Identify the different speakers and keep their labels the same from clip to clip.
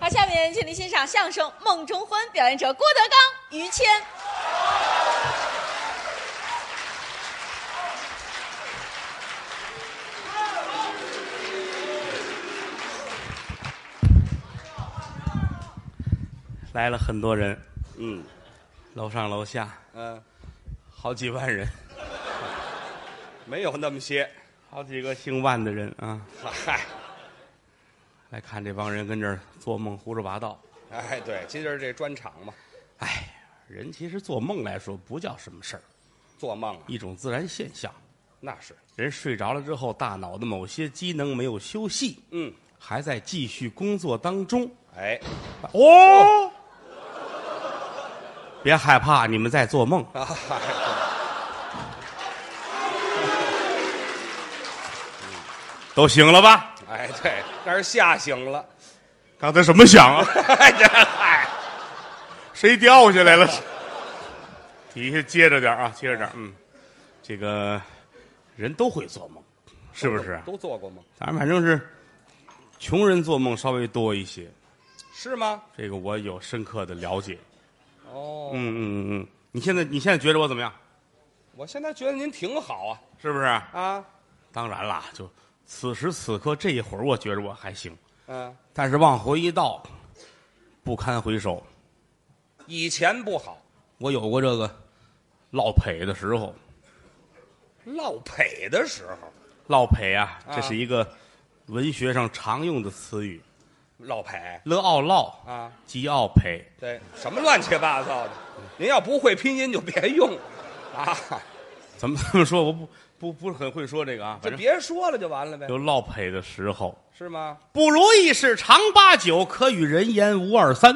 Speaker 1: 好，下面请您欣赏相声《梦中婚》，表演者郭德纲、于谦。
Speaker 2: 来了很多人，嗯，楼上楼下
Speaker 3: 嗯，
Speaker 2: 好几万人，
Speaker 3: 没有那么些。
Speaker 2: 好几个姓万的人啊，
Speaker 3: 嗨，
Speaker 2: 来看这帮人跟这儿做梦胡说八道。
Speaker 3: 哎，对，今儿这专场嘛，
Speaker 2: 哎，人其实做梦来说不叫什么事儿，
Speaker 3: 做梦啊，
Speaker 2: 一种自然现象。
Speaker 3: 那是。
Speaker 2: 人睡着了之后，大脑的某些机能没有休息，
Speaker 3: 嗯，
Speaker 2: 还在继续工作当中。
Speaker 3: 哎，
Speaker 2: 哦，别害怕，你们在做梦。
Speaker 3: 啊，
Speaker 2: 都醒了吧？
Speaker 3: 哎，对，那是吓醒了。
Speaker 2: 刚才什么响啊？
Speaker 3: 哎，这嗨，
Speaker 2: 谁掉下来了？ 底下接着点啊，接着点。嗯，这个人都会做梦，是不是？
Speaker 3: 都做过吗？
Speaker 2: 咱们反正是穷人做梦稍微多一些，
Speaker 3: 是吗？
Speaker 2: 这个我有深刻的了解。
Speaker 3: 哦，
Speaker 2: 嗯嗯嗯嗯，你现在你现在觉得我怎么样？
Speaker 3: 我现在觉得您挺好啊
Speaker 2: 是不是？
Speaker 3: 啊，
Speaker 2: 当然啦，就此时此刻这一会儿，我觉着我还行，
Speaker 3: 嗯，
Speaker 2: 但是往回一倒，不堪回首。
Speaker 3: 以前不好，
Speaker 2: 我有过这个落魄的时候，
Speaker 3: 落北的时候，
Speaker 2: 落魄啊，
Speaker 3: 啊
Speaker 2: 这是一个文学上常用的词语，
Speaker 3: 落北
Speaker 2: 乐傲落
Speaker 3: 啊，
Speaker 2: 即傲魄。
Speaker 3: 对，什么乱七八糟的，您要不会拼音就别用啊，
Speaker 2: 怎么这么说？我不不不是很会说这个啊，反
Speaker 3: 就
Speaker 2: 正
Speaker 3: 别说了就完了呗，
Speaker 2: 有落魄的时候，
Speaker 3: 是吗？
Speaker 2: 不如意事常八九，可与人言无二三。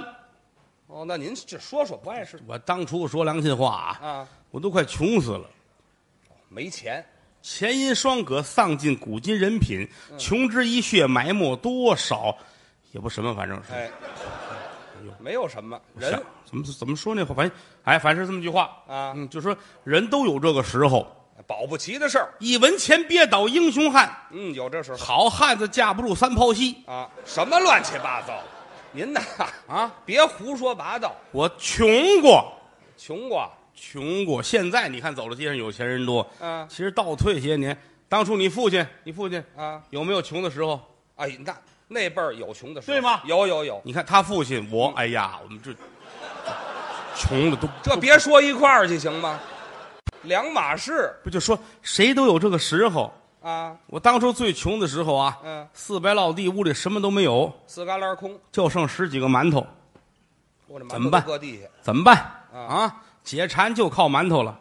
Speaker 3: 哦，那您就说说不碍事
Speaker 2: 我当初说良心话啊，
Speaker 3: 啊，
Speaker 2: 我都快穷死了。
Speaker 3: 没钱，
Speaker 2: 前因双葛，丧尽古今人品，
Speaker 3: 嗯
Speaker 2: 穷之一血，埋没多少，也不什么，反正是
Speaker 3: 哎，没有什么人
Speaker 2: 想怎么怎么说那话，反正哎，反正是这么句话
Speaker 3: 啊
Speaker 2: 嗯，就说人都有这个时候，
Speaker 3: 保不齐的事儿，
Speaker 2: 一文钱憋倒英雄汉，
Speaker 3: 嗯，有这时候
Speaker 2: 好汉子架不住三泡稀
Speaker 3: 啊，什么乱七八糟的，您呐
Speaker 2: 啊！
Speaker 3: 别胡说八道，
Speaker 2: 我穷过，
Speaker 3: 穷过，
Speaker 2: 穷过，现在你看走到街上有钱人多，
Speaker 3: 嗯
Speaker 2: 其实倒退些年，当初你父亲，你父亲
Speaker 3: 啊，
Speaker 2: 有没有穷的时候？
Speaker 3: 哎，那那辈儿有穷的时候，
Speaker 2: 对吗
Speaker 3: 有 有有，
Speaker 2: 你看他父亲，我，哎呀，我们这穷的都
Speaker 3: 这别说一块儿去行吗？两码事
Speaker 2: 不就说谁都有这个时候。
Speaker 3: 啊，
Speaker 2: 我当初最穷的时候啊，
Speaker 3: 嗯，
Speaker 2: 四白落地，屋里什么都没有，
Speaker 3: 四旮旯空，
Speaker 2: 就剩十几个馒头，
Speaker 3: 我这
Speaker 2: 怎么
Speaker 3: 馒头
Speaker 2: 办
Speaker 3: 都搁地下，
Speaker 2: 怎么办
Speaker 3: 啊
Speaker 2: 啊？解馋就靠馒头了。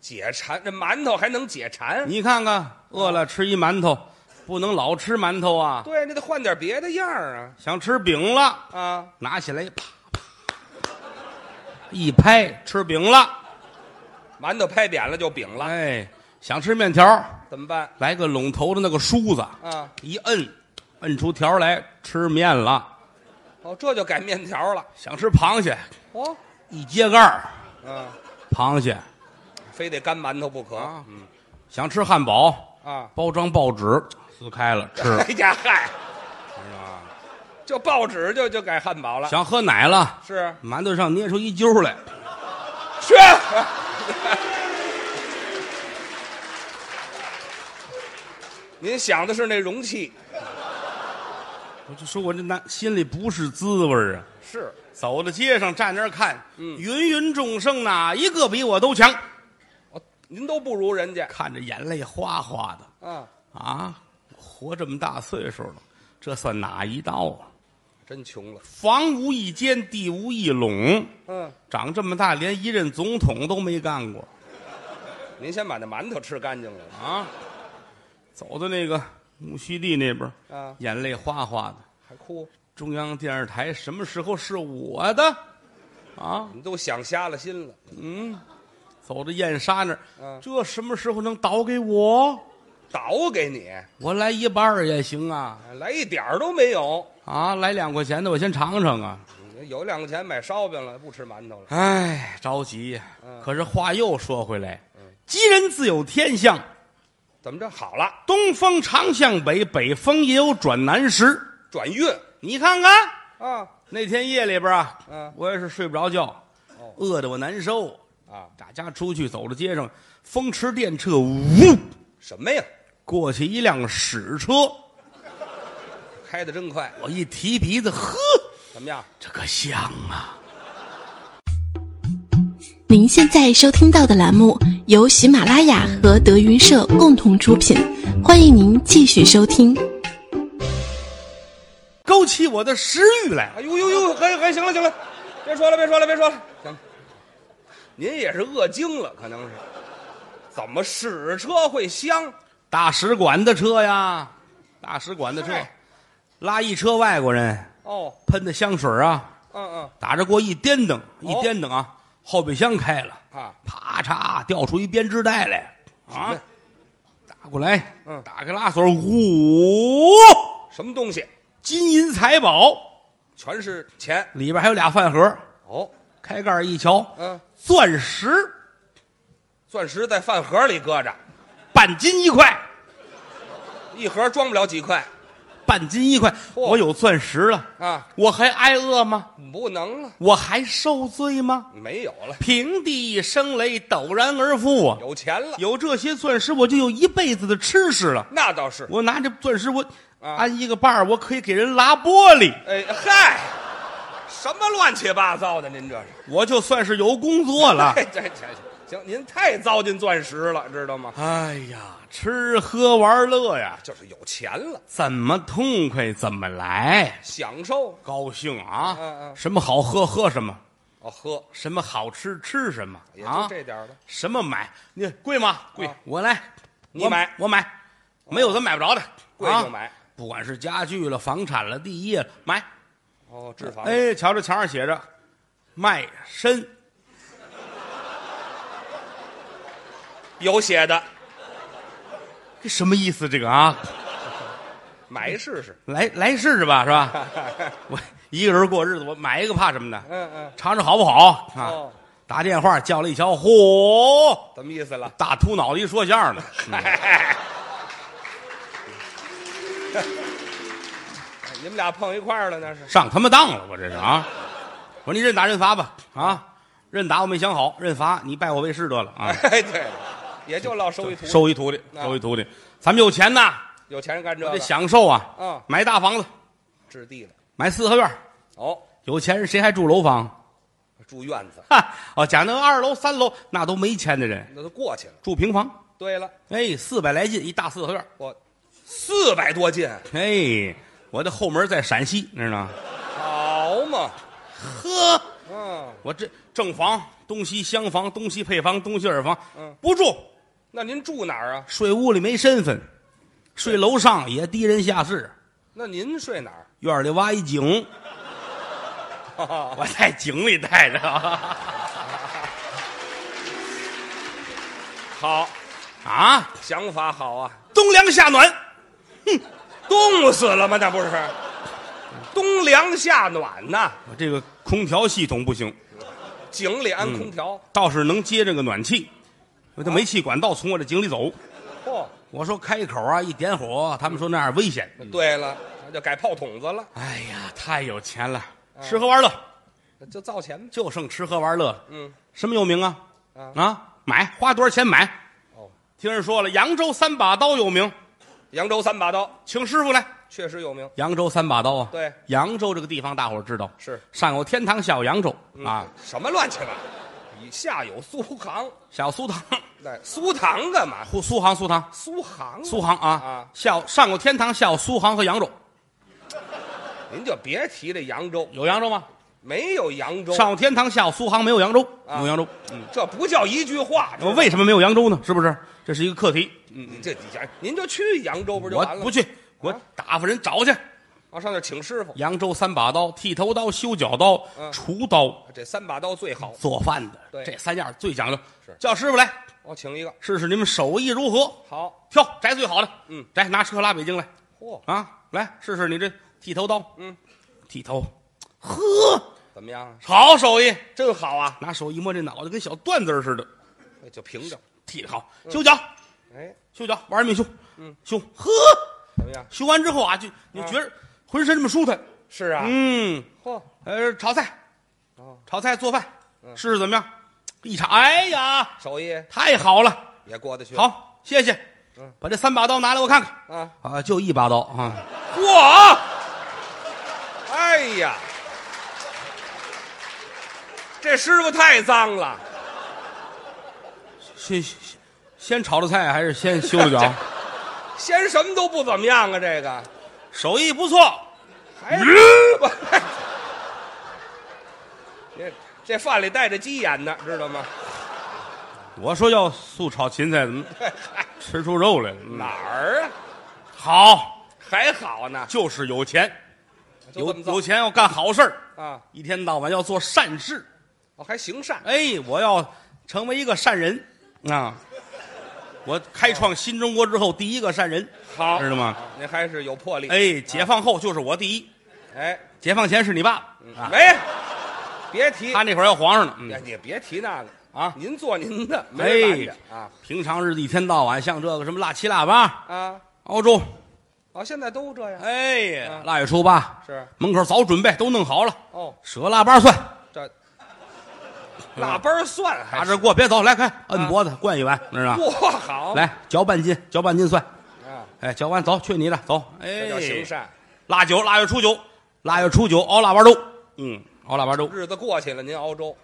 Speaker 3: 解馋，这馒头还能解馋？
Speaker 2: 你看看，饿了吃一馒头，不能老吃馒头啊。
Speaker 3: 对，你得换点别的样儿啊
Speaker 2: 想吃饼了，
Speaker 3: 啊！
Speaker 2: 拿起来啪啪一拍，吃饼了。
Speaker 3: 馒头拍扁了就饼了，
Speaker 2: 哎，想吃面条，
Speaker 3: 怎么办
Speaker 2: 来个拢头的那个梳子，
Speaker 3: 啊？
Speaker 2: 一摁，摁出条来，吃面了。
Speaker 3: 哦，这就改面条了
Speaker 2: 想吃螃蟹，
Speaker 3: 哦，
Speaker 2: 一揭盖儿，
Speaker 3: 嗯、
Speaker 2: 螃蟹。
Speaker 3: 非得干馒头不可嗯
Speaker 2: 啊想吃汉堡，
Speaker 3: 啊！
Speaker 2: 包装报纸撕开了吃。
Speaker 3: 哎呀嗨，哎就报纸就就改汉堡了，
Speaker 2: 想喝奶了，
Speaker 3: 是
Speaker 2: 馒头上捏出一揪来。
Speaker 3: 去。 您想的是那容器
Speaker 2: 我就说我这那心里不是滋味儿啊！
Speaker 3: 是
Speaker 2: 走到街上站那儿看，芸芸众生哪一个比我都强？
Speaker 3: 哦，您都不如人家
Speaker 2: 看着眼泪哗哗的
Speaker 3: 啊，
Speaker 2: 啊！活这么大岁数了，这算哪一道啊？
Speaker 3: 真穷了。
Speaker 2: 房无一间，地无一垄，
Speaker 3: 嗯，
Speaker 2: 长这么大连一任总统都没干过。
Speaker 3: 您先把那馒头吃干净了
Speaker 2: 啊，走到那个木樨地那边，
Speaker 3: 啊，
Speaker 2: 眼泪哗哗的。
Speaker 3: 还哭？
Speaker 2: 中央电视台什么时候是我的？啊，
Speaker 3: 你都想瞎了心了。
Speaker 2: 走到燕莎那儿，
Speaker 3: 嗯
Speaker 2: 这什么时候能倒给我？
Speaker 3: 倒给你，哎
Speaker 2: 我来一半儿也行啊！
Speaker 3: 来一点儿都没有。嗯
Speaker 2: 啊，来两块钱的，我先尝尝啊！
Speaker 3: 有两块钱买烧饼了，不吃馒头了。
Speaker 2: 哎，着急呀！
Speaker 3: 嗯
Speaker 2: 可是话又说回来，吉人自有天相，
Speaker 3: 怎么着？好了，
Speaker 2: 东风常向北，北风也有转南时。
Speaker 3: 转运
Speaker 2: 你看看，
Speaker 3: 啊
Speaker 2: 那天夜里边啊，
Speaker 3: 嗯
Speaker 2: 我也是睡不着觉，
Speaker 3: 哦
Speaker 2: 饿得我难受。
Speaker 3: 啊，
Speaker 2: 大家出去走到街上，风驰电掣，呜，
Speaker 3: 什么呀？
Speaker 2: 过去一辆屎车，
Speaker 3: 开的真快，
Speaker 2: 我一提鼻子，呵，
Speaker 3: 怎么样？
Speaker 2: 这个香啊！
Speaker 4: 您现在收听到的栏目由喜马拉雅和德云社共同出品，欢迎您继续收听。
Speaker 2: 勾起我的食欲来了。
Speaker 3: 哎呦呦呦，可以可以，行了行了，别说了别说了别说了，行了。您也是饿精了，可能是。怎么使车会香？
Speaker 2: 大使馆的车呀，大使馆的车
Speaker 3: 嗨，
Speaker 2: 拉一车外国人，
Speaker 3: 哦，
Speaker 2: 喷的香水啊，
Speaker 3: 嗯
Speaker 2: 打着锅一颠
Speaker 3: 哦
Speaker 2: 蹬，一颠蹬啊，后备箱开了，
Speaker 3: 嗯啊，
Speaker 2: 啪嚓掉出一编织袋来，啊，打过来，
Speaker 3: 嗯
Speaker 2: 打开拉锁，呜，
Speaker 3: 什么东西？
Speaker 2: 金银财宝，
Speaker 3: 全是钱。
Speaker 2: 里边还有俩饭盒，
Speaker 3: 哦，
Speaker 2: 开盖一瞧，
Speaker 3: 嗯，
Speaker 2: 钻石
Speaker 3: 钻石在饭盒里搁着，
Speaker 2: 半斤一块，
Speaker 3: 一盒装不了几块
Speaker 2: 半斤一块，
Speaker 3: 嚯
Speaker 2: 我有钻石了，
Speaker 3: 啊，
Speaker 2: 我还挨饿吗？
Speaker 3: 不能了，
Speaker 2: 我还受罪吗？
Speaker 3: 没有了，
Speaker 2: 平地一声雷，陡然而富啊！
Speaker 3: 有钱了，
Speaker 2: 有这些钻石，我就有一辈子的吃食了。
Speaker 3: 那倒是。
Speaker 2: 我拿这钻石，我
Speaker 3: 啊
Speaker 2: 安一个伴儿，我可以给人拉玻璃。
Speaker 3: 哎嗨，什么乱七八糟的？您这是？
Speaker 2: 我就算是有工作 了。
Speaker 3: 这这这哎行，您太糟践钻石了，知道吗？
Speaker 2: 哎呀，吃喝玩乐呀，
Speaker 3: 就是有钱了，
Speaker 2: 怎么痛快怎么来，
Speaker 3: 享受
Speaker 2: 高兴啊！
Speaker 3: 嗯嗯
Speaker 2: 什么好喝喝什么，
Speaker 3: 哦，喝
Speaker 2: 什么好吃吃什么
Speaker 3: 也就
Speaker 2: 啊？
Speaker 3: 这点儿了。
Speaker 2: 什么买？你贵吗？贵，
Speaker 3: 啊
Speaker 2: 我来，
Speaker 3: 你
Speaker 2: 我
Speaker 3: 买
Speaker 2: 我买，没有咱买不着的，
Speaker 3: 贵
Speaker 2: 啊
Speaker 3: 就买。
Speaker 2: 不管是家具了、房产了、地业了，买。
Speaker 3: 哦，脂肪，
Speaker 2: 哎，瞧这墙上写着“卖身
Speaker 3: 有写的，”，
Speaker 2: 这什么意思？这个啊，
Speaker 3: 买试 嗯试。
Speaker 2: 来来世是吧？是吧？ 我一个人过日子，我买一个怕什么呢？
Speaker 3: 嗯嗯，
Speaker 2: 尝尝好不好啊？
Speaker 3: 哦，
Speaker 2: 打电话叫了一瞧，嚯，
Speaker 3: 怎么意思了？
Speaker 2: 大秃脑袋一说相声的，嗯
Speaker 3: 哎你们俩碰一块儿了那是？
Speaker 2: 上他妈当了，我这是啊！我说你认打认罚吧，啊，认打我没想好，认罚你拜我为师得了啊！
Speaker 3: 哎，对，也就落收一徒弟，
Speaker 2: 收一徒弟，
Speaker 3: 啊
Speaker 2: 收一徒弟，咱们有钱呐，
Speaker 3: 有钱人干这
Speaker 2: 我
Speaker 3: 个
Speaker 2: 得，享受啊！
Speaker 3: 嗯
Speaker 2: 买大房子，
Speaker 3: 置地了。
Speaker 2: 买四合院，
Speaker 3: 哦，
Speaker 2: 有钱人谁还住楼房？
Speaker 3: 住院子，
Speaker 2: 哈，哦，讲那个二楼、三楼那都没钱的人
Speaker 3: 那都过去了。
Speaker 2: 住平房，
Speaker 3: 对了，
Speaker 2: 哎，四百来进一大四合院，
Speaker 3: 我四百多斤，
Speaker 2: 哎，我的后门在陕西，你知道吗？
Speaker 3: 好嘛，
Speaker 2: 呵，
Speaker 3: 嗯，
Speaker 2: 我这正房、东西厢房、东西配房、东西耳房，
Speaker 3: 嗯
Speaker 2: 不住，
Speaker 3: 那您住哪儿啊？
Speaker 2: 睡屋里没身份，睡楼上也低人下士，
Speaker 3: 那您睡哪儿？
Speaker 2: 院里挖一井，我在井里待着
Speaker 3: 好，
Speaker 2: 啊，
Speaker 3: 想法好啊，
Speaker 2: 冬凉夏暖，
Speaker 3: 冻死了吗？那不是，冬凉夏暖呐，
Speaker 2: 我这个空调系统不行，
Speaker 3: 井里安空调，
Speaker 2: 倒是能接这个暖气，我这煤气管道从我这井里走。
Speaker 3: 嚯、
Speaker 2: 我说开口啊，一点火，他们说那样危险。
Speaker 3: 对了，那就改炮筒子了，
Speaker 2: 哎呀，太有钱了，
Speaker 3: 嗯
Speaker 2: 吃喝玩乐
Speaker 3: 那就造钱呗。
Speaker 2: 就剩吃喝玩乐了。
Speaker 3: 嗯，
Speaker 2: 什么有名啊？
Speaker 3: 啊
Speaker 2: 啊，买花多少钱买？
Speaker 3: 哦，
Speaker 2: 听人说了，扬州三把刀有名，
Speaker 3: 扬州三把刀
Speaker 2: 请师傅来。
Speaker 3: 确实有名，
Speaker 2: 扬州三把刀啊，
Speaker 3: 对，
Speaker 2: 扬州这个地方大伙儿知道，
Speaker 3: 是
Speaker 2: 上有天堂，下有扬州、
Speaker 3: 嗯
Speaker 2: 啊，
Speaker 3: 什么乱七八，以下有苏杭，
Speaker 2: 下有苏塘，
Speaker 3: 那苏杭干嘛？
Speaker 2: 苏苏杭苏塘
Speaker 3: 苏杭，
Speaker 2: 苏杭啊，
Speaker 3: 啊
Speaker 2: 下有上有天堂，下有苏杭和扬州，
Speaker 3: 您就别提这扬州，
Speaker 2: 有扬州吗？
Speaker 3: 没有扬州，
Speaker 2: 上有天堂，下有苏杭，没有扬州，
Speaker 3: 啊
Speaker 2: 没有扬州。嗯，
Speaker 3: 这不叫一句话。知道吗
Speaker 2: 为什么没有扬州呢？是不是？这是一个课题。
Speaker 3: 嗯，这这您就去扬州不就
Speaker 2: 我
Speaker 3: 完了？
Speaker 2: 不，去，我
Speaker 3: 啊
Speaker 2: 打发人找去。
Speaker 3: 啊，上那儿请师傅，
Speaker 2: 扬州三把刀：剃头刀、修脚刀、
Speaker 3: 嗯
Speaker 2: 厨刀。
Speaker 3: 这三把刀最好。
Speaker 2: 做饭的，
Speaker 3: 对
Speaker 2: 这三样最讲究。
Speaker 3: 是
Speaker 2: 叫师傅来
Speaker 3: 我请一个，
Speaker 2: 试试你们手艺如何，
Speaker 3: 好，
Speaker 2: 挑摘最好的，
Speaker 3: 嗯，
Speaker 2: 摘拿车拉北京来
Speaker 3: 嚯，
Speaker 2: 啊，来试试你这剃头刀，
Speaker 3: 嗯，
Speaker 2: 剃头，呵，
Speaker 3: 怎么样？
Speaker 2: 好手艺，
Speaker 3: 真好啊，
Speaker 2: 拿手一摸这脑袋跟小段子儿似的，
Speaker 3: 那就平整。
Speaker 2: 剃的好，修脚，
Speaker 3: 哎，
Speaker 2: 修脚，玩命修，
Speaker 3: 嗯，
Speaker 2: 修，呵，
Speaker 3: 怎么样？
Speaker 2: 修完之后啊，就你
Speaker 3: 啊
Speaker 2: 觉着浑身这么舒坦，
Speaker 3: 是啊，
Speaker 2: 嗯，
Speaker 3: 嚯，
Speaker 2: 呃，炒菜
Speaker 3: 哦，
Speaker 2: 炒菜做饭，试试怎么样？一尝，哎呀，
Speaker 3: 手艺
Speaker 2: 太好了！
Speaker 3: 也过得去。
Speaker 2: 好，谢谢
Speaker 3: 嗯。
Speaker 2: 把这三把刀拿来，我看看。
Speaker 3: 啊，
Speaker 2: 啊，就一把刀啊！
Speaker 3: 嚯！哎呀，这师傅太脏了，
Speaker 2: 先先先炒的菜，还是先修 的脚？
Speaker 3: 嫌什么都不怎么样啊！这个
Speaker 2: 手艺不错，
Speaker 3: 还
Speaker 2: 嗯
Speaker 3: 不， 这这饭里带着鸡眼呢，知道吗？
Speaker 2: 我说要素炒芹菜，怎么吃出肉来了？嗯
Speaker 3: 哪儿啊？
Speaker 2: 好，
Speaker 3: 还好呢，
Speaker 2: 就是有钱，
Speaker 3: 就
Speaker 2: 有
Speaker 3: 这么
Speaker 2: 有
Speaker 3: 脏
Speaker 2: 钱要干好事儿，
Speaker 3: 啊！
Speaker 2: 一天到晚要做善事。
Speaker 3: 哦，还行善，
Speaker 2: 哎，我要成为一个善人啊！我开创新中国之后第一个善人，
Speaker 3: 好
Speaker 2: 知道吗？
Speaker 3: 您还是有魄力。
Speaker 2: 哎，解放后就是我第一，
Speaker 3: 哎，
Speaker 2: 解放前是你爸
Speaker 3: 嗯
Speaker 2: 爸啊，
Speaker 3: 没，别提，
Speaker 2: 他那会儿要皇上呢。
Speaker 3: 哎
Speaker 2: 嗯，
Speaker 3: 你别提那个
Speaker 2: 啊
Speaker 3: 您做您的，没
Speaker 2: 哎
Speaker 3: 人拦着啊
Speaker 2: 平常日子一天到晚像这个什么腊七腊八、
Speaker 3: 啊！
Speaker 2: 熬粥，
Speaker 3: 哦，现在都这样
Speaker 2: 哎
Speaker 3: 啊，
Speaker 2: 腊月初八
Speaker 3: 是
Speaker 2: 门口早准备都弄好了，
Speaker 3: 哦，
Speaker 2: 折腊八蒜，
Speaker 3: 这腊八蒜
Speaker 2: 嗯打
Speaker 3: 还是
Speaker 2: 这过别走，来快
Speaker 3: 啊
Speaker 2: 摁脖子灌一碗，知道吗？
Speaker 3: 不好
Speaker 2: 来嚼半斤，嚼半斤蒜，
Speaker 3: 啊，
Speaker 2: 哎，嚼完走，去你的，走，哎，
Speaker 3: 这叫行善。
Speaker 2: 腊酒，腊月初九，腊月初九熬腊八粥。嗯，熬腊八粥。
Speaker 3: 日子过去了，您熬粥，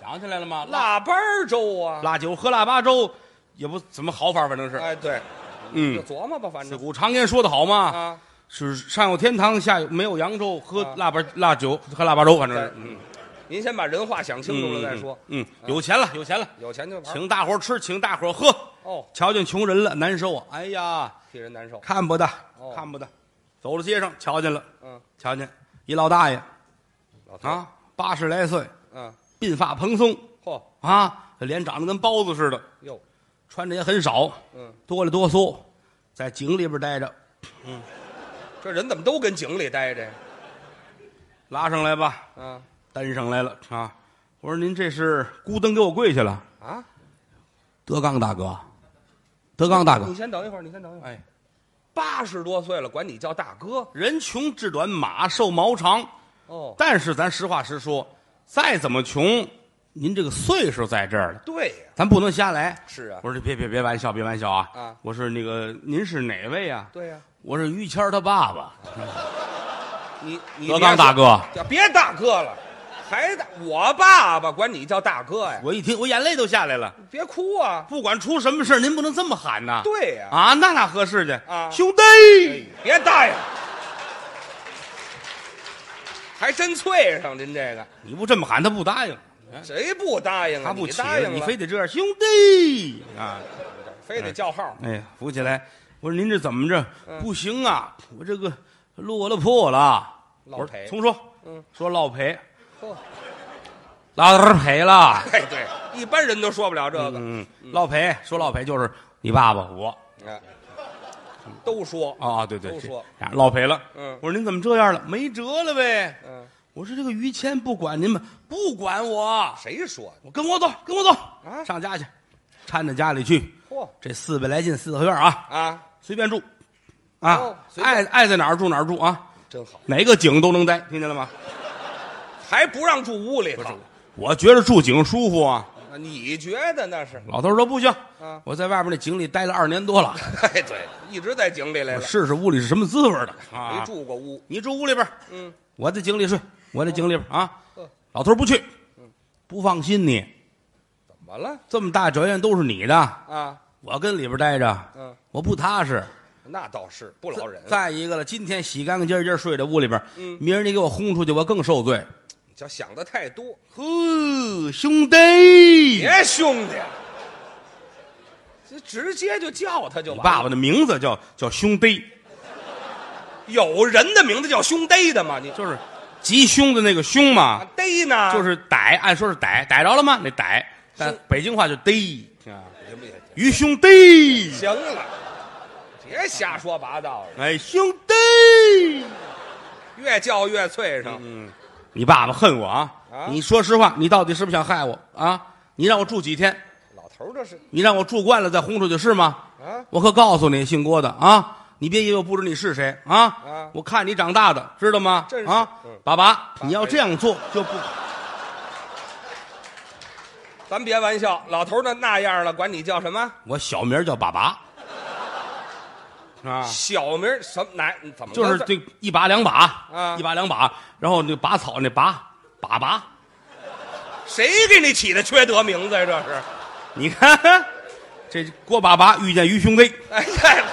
Speaker 2: 想起来了吗？腊
Speaker 3: 腊八粥啊，
Speaker 2: 腊酒喝腊八粥，也不怎么好法，反正是。
Speaker 3: 哎对，就
Speaker 2: 嗯，
Speaker 3: 琢磨吧，反
Speaker 2: 是
Speaker 3: 正
Speaker 2: 古常言说的好嘛，
Speaker 3: 啊，
Speaker 2: 是上有天堂，下有没有扬州，喝
Speaker 3: 啊
Speaker 2: 腊八腊酒，喝腊八粥，反正
Speaker 3: 对
Speaker 2: 是。嗯，
Speaker 3: 您先把人话想清楚了再说，
Speaker 2: 嗯，嗯有钱了，有钱了，
Speaker 3: 有钱就玩
Speaker 2: 请大伙儿吃，请大伙儿喝。
Speaker 3: 哦，
Speaker 2: 瞧见穷人了，难受啊！哎呀，
Speaker 3: 替人难受，
Speaker 2: 看不得
Speaker 3: 哦，
Speaker 2: 看不得。走到街上，瞧见了，
Speaker 3: 嗯，
Speaker 2: 瞧见一老大爷
Speaker 3: 老头，
Speaker 2: 啊，八十来岁，
Speaker 3: 嗯，
Speaker 2: 鬓发蓬松，
Speaker 3: 嚯，
Speaker 2: 啊，这脸长得跟包子似的，
Speaker 3: 哟，
Speaker 2: 穿着也很少，
Speaker 3: 嗯，
Speaker 2: 哆里哆嗦，在井里边待着。
Speaker 3: 这人怎么都跟井里待着呀？
Speaker 2: 拉上来吧，
Speaker 3: 啊
Speaker 2: 担上来了啊！我说您这是孤灯给我跪下了，
Speaker 3: 啊，
Speaker 2: 德刚大哥，德刚大哥
Speaker 3: 你，先等一会儿，你先等一会儿，
Speaker 2: 哎，
Speaker 3: 八十多岁了，管你叫大哥
Speaker 2: 人穷志短，马瘦毛长。
Speaker 3: 哦，
Speaker 2: 但是咱实话实说，再怎么穷，您这个岁数在这儿了，
Speaker 3: 对呀，
Speaker 2: 咱不能瞎来。
Speaker 3: 是啊
Speaker 2: 我说别别别玩笑，别玩笑啊！
Speaker 3: 啊
Speaker 2: 我说那个您是哪位啊？
Speaker 3: 对呀，
Speaker 2: 我是于谦儿他爸爸，
Speaker 3: 你你
Speaker 2: 德刚大
Speaker 3: 哥。
Speaker 2: 哥。
Speaker 3: 叫别大哥了，还大我爸爸管你叫大哥呀？
Speaker 2: 我一听，我眼泪都下来了。
Speaker 3: 别哭啊！
Speaker 2: 不管出什么事儿您不能这么喊呐！
Speaker 3: 对呀、
Speaker 2: 啊，那哪合适去？
Speaker 3: 啊
Speaker 2: 兄弟，
Speaker 3: 别答应，还真脆上您这个，
Speaker 2: 你不这么喊，他不答应，
Speaker 3: 谁不答应
Speaker 2: 嗯
Speaker 3: 啊？
Speaker 2: 他不
Speaker 3: 啊你
Speaker 2: 起
Speaker 3: 答应，了，
Speaker 2: 你非得这样，兄弟啊！
Speaker 3: 非得叫号，
Speaker 2: 哎呀，扶起来！我说您这怎么着？
Speaker 3: 嗯
Speaker 2: 不行啊，我这个落了破了。
Speaker 3: 落
Speaker 2: 我
Speaker 3: 赔
Speaker 2: 说重说，
Speaker 3: 嗯，
Speaker 2: 说落赔，
Speaker 3: 呵，
Speaker 2: 落赔了。
Speaker 3: 哎对，一般人都说不了这个，
Speaker 2: 嗯，落赔说落赔就是你爸爸我
Speaker 3: 哎都说
Speaker 2: 啊，对对
Speaker 3: 都
Speaker 2: 对
Speaker 3: 说，
Speaker 2: 俩人落赔了。
Speaker 3: 嗯
Speaker 2: 我说您怎么这样了？没辙了呗。
Speaker 3: 嗯，
Speaker 2: 我说这个于谦不管您们，不管我，
Speaker 3: 谁说
Speaker 2: 我跟我走，跟我走，
Speaker 3: 啊
Speaker 2: 上家去，搀着家里去。
Speaker 3: 嚯
Speaker 2: 这四百来进四合院啊，
Speaker 3: 啊？
Speaker 2: 随便住，啊，
Speaker 3: 哦随便
Speaker 2: 爱爱在哪儿住哪儿住啊，
Speaker 3: 真好，
Speaker 2: 哪个井都能待，听见了吗？
Speaker 3: 还不让住屋里头，
Speaker 2: 我觉得住井舒服啊。
Speaker 3: 啊你觉得那是？
Speaker 2: 老头说不行，
Speaker 3: 啊
Speaker 2: 我在外边那井里待了二年多了，
Speaker 3: 哎对，一直在井里来
Speaker 2: 我
Speaker 3: 了，
Speaker 2: 试试屋里是什么滋味的啊
Speaker 3: 没。住过屋，
Speaker 2: 你住屋里边，
Speaker 3: 嗯，哦
Speaker 2: 我在井里睡，我在井里边啊
Speaker 3: 呵。
Speaker 2: 老头不去，
Speaker 3: 嗯
Speaker 2: 不放心你，
Speaker 3: 怎么了
Speaker 2: 这么大酒店都是你的，
Speaker 3: 啊？
Speaker 2: 我跟里边待着，
Speaker 3: 嗯，
Speaker 2: 我不踏实。
Speaker 3: 那倒是不饶人，嗯
Speaker 2: 再一个了，今天洗干干净净睡在屋里边，明儿你给我轰出去，我更受罪。
Speaker 3: 你叫想的太多。
Speaker 2: 呵，兄弟，
Speaker 3: 嗯别兄弟，这直接就叫他就
Speaker 2: 你
Speaker 3: 完了。
Speaker 2: 爸爸的名字叫叫兄弟，
Speaker 3: 有人的名字叫兄弟的吗？你
Speaker 2: 就是吉凶的那个凶
Speaker 3: 啊
Speaker 2: 嘛，
Speaker 3: 逮呢？
Speaker 2: 就是逮，按说是逮，逮着了吗？那逮，但
Speaker 3: 兄嗯
Speaker 2: 北京话就逮啊，
Speaker 3: 行不行？
Speaker 2: 于兄弟，
Speaker 3: 行了，别瞎说八道了，
Speaker 2: 哎，兄弟，
Speaker 3: 越叫越脆生。
Speaker 2: 你爸爸恨我啊！
Speaker 3: 啊
Speaker 2: 你说实话，你到底是不是想害我啊？你让我住几天？
Speaker 3: 老头儿这是
Speaker 2: 你让我住惯了再轰出去是吗？
Speaker 3: 啊，
Speaker 2: 我可告诉你，姓郭的啊，你别以为我不知道你是谁啊！
Speaker 3: 啊
Speaker 2: 我看你长大的，知道吗？
Speaker 3: 真是
Speaker 2: 啊
Speaker 3: 嗯，
Speaker 2: 爸爸，
Speaker 3: 爸
Speaker 2: 你要这样做就不
Speaker 3: 咱别玩笑，老头儿那那样了，管你叫什么
Speaker 2: 我小名叫爸爸，啊，
Speaker 3: 小名儿？什么哪？怎么个
Speaker 2: 就是
Speaker 3: 字儿
Speaker 2: 这一把两把
Speaker 3: 啊
Speaker 2: 一把两把，然后那个拔草那拔粑粑，
Speaker 3: 谁给你起的缺德名字呀？这是，
Speaker 2: 你看这郭爸爸遇见于兄弟，
Speaker 3: 哎呀，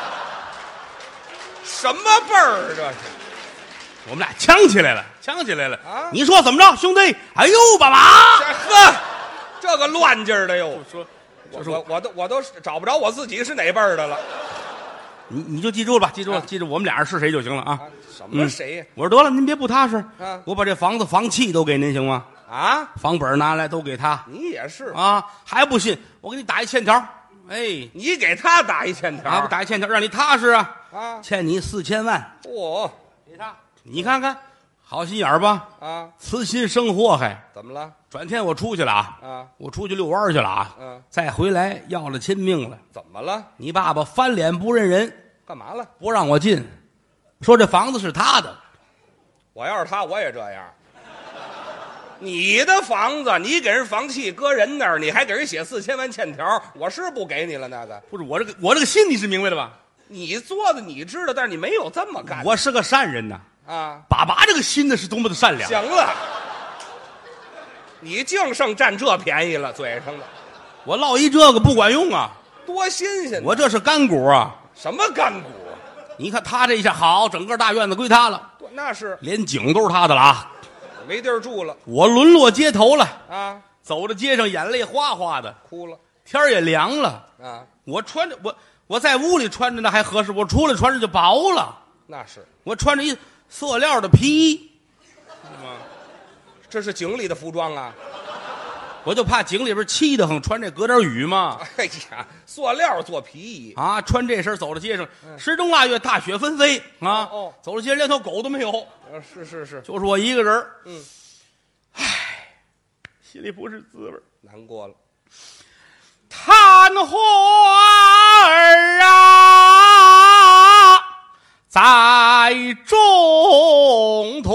Speaker 3: 什么辈儿啊这是？
Speaker 2: 我们俩呛起来了，呛起来了
Speaker 3: 啊
Speaker 2: 你说怎么着，兄弟？哎呦，爸爸，
Speaker 3: 这呵，这个乱劲儿的哟！
Speaker 2: 说
Speaker 3: 我
Speaker 2: 就是
Speaker 3: 我我都我都找不着我自己是哪辈儿的了
Speaker 2: 你你就记住了吧，记住了，
Speaker 3: 啊
Speaker 2: 记住我们俩人是谁就行了啊
Speaker 3: 啊！什
Speaker 2: 嗯
Speaker 3: 么谁呀
Speaker 2: 我说得了，您别不踏实，
Speaker 3: 啊
Speaker 2: 我把这房子房契都给您行吗？
Speaker 3: 啊？
Speaker 2: 房本拿来都给他
Speaker 3: 你也是，
Speaker 2: 啊，还不信？我给你打一欠条，哎，
Speaker 3: 你给他打一欠条
Speaker 2: 啊，我打一欠条，让你踏实啊，
Speaker 3: 啊
Speaker 2: 欠你四千万，
Speaker 3: 嚯
Speaker 2: 给他，你看看，好心眼儿吧，
Speaker 3: 啊！
Speaker 2: 慈心生祸害。
Speaker 3: 怎么了？
Speaker 2: 转天我出去了啊，
Speaker 3: 啊
Speaker 2: 我出去遛弯儿去了啊，
Speaker 3: 嗯
Speaker 2: 再回来要了亲命了。
Speaker 3: 怎么了？
Speaker 2: 你爸爸翻脸不认人，
Speaker 3: 干嘛了？
Speaker 2: 不让我进，说这房子是他的，
Speaker 3: 我要是他，我也这样。你的房子，你给人房契搁人那儿，你还给人写四千万欠条，我是不给你了那个。
Speaker 2: 不是我这个我这个心你是明白的吧？
Speaker 3: 你做的你知道，但是你没有这么干。
Speaker 2: 我是个善人呐，
Speaker 3: 啊，
Speaker 2: 爸爸这个心呢是多么的善良。
Speaker 3: 行了，你净剩占这便宜了，嘴上的
Speaker 2: 我落一这个不管用啊，
Speaker 3: 多新鲜呢！
Speaker 2: 我这是干股啊！
Speaker 3: 什么干股？
Speaker 2: 你看他这一下好，整个大院子归他了，
Speaker 3: 多那是
Speaker 2: 连井都是他的了啊！
Speaker 3: 没地儿住了
Speaker 2: 我沦落街头了，
Speaker 3: 啊，
Speaker 2: 走着街上眼泪哗哗的，
Speaker 3: 哭了
Speaker 2: 天儿也凉了。
Speaker 3: 啊，
Speaker 2: 我穿着我我在屋里穿着那还合适，我出来穿着就薄了。
Speaker 3: 那是
Speaker 2: 我穿着一塑料的皮衣，
Speaker 3: 这是井里的服装啊！
Speaker 2: 我就怕井里边气得很，穿这隔点雨嘛。
Speaker 3: 哎呀，塑料做皮衣，
Speaker 2: 啊，穿这身走到街上，时钟腊月，大雪纷飞啊！
Speaker 3: 嗯哦哦
Speaker 2: 走到街上连条狗都没有，
Speaker 3: 啊是是是，
Speaker 2: 就是我一个人嗯，
Speaker 3: 嗯
Speaker 2: 唉，心里不是滋味儿。
Speaker 3: 难过了。
Speaker 2: 探花儿啊，在中途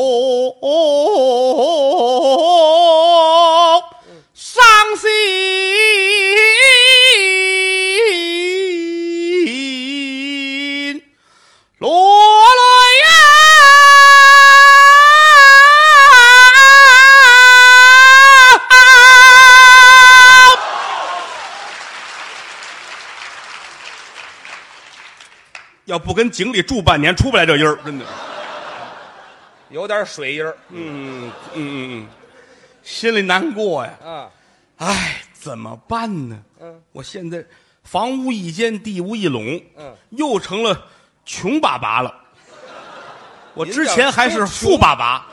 Speaker 2: 伤心。落泪呀！要不跟井里住半年，出不来这音儿，真的。
Speaker 3: 有点水印儿
Speaker 2: 嗯嗯嗯，嗯，心里难过呀。
Speaker 3: 啊，
Speaker 2: 唉，怎么办呢？
Speaker 3: 嗯，
Speaker 2: 我现在房无一间，地无一垄，
Speaker 3: 嗯，
Speaker 2: 又成了穷爸爸了。我
Speaker 3: 您
Speaker 2: 之
Speaker 3: 这
Speaker 2: 前还是
Speaker 3: 都
Speaker 2: 富爸爸，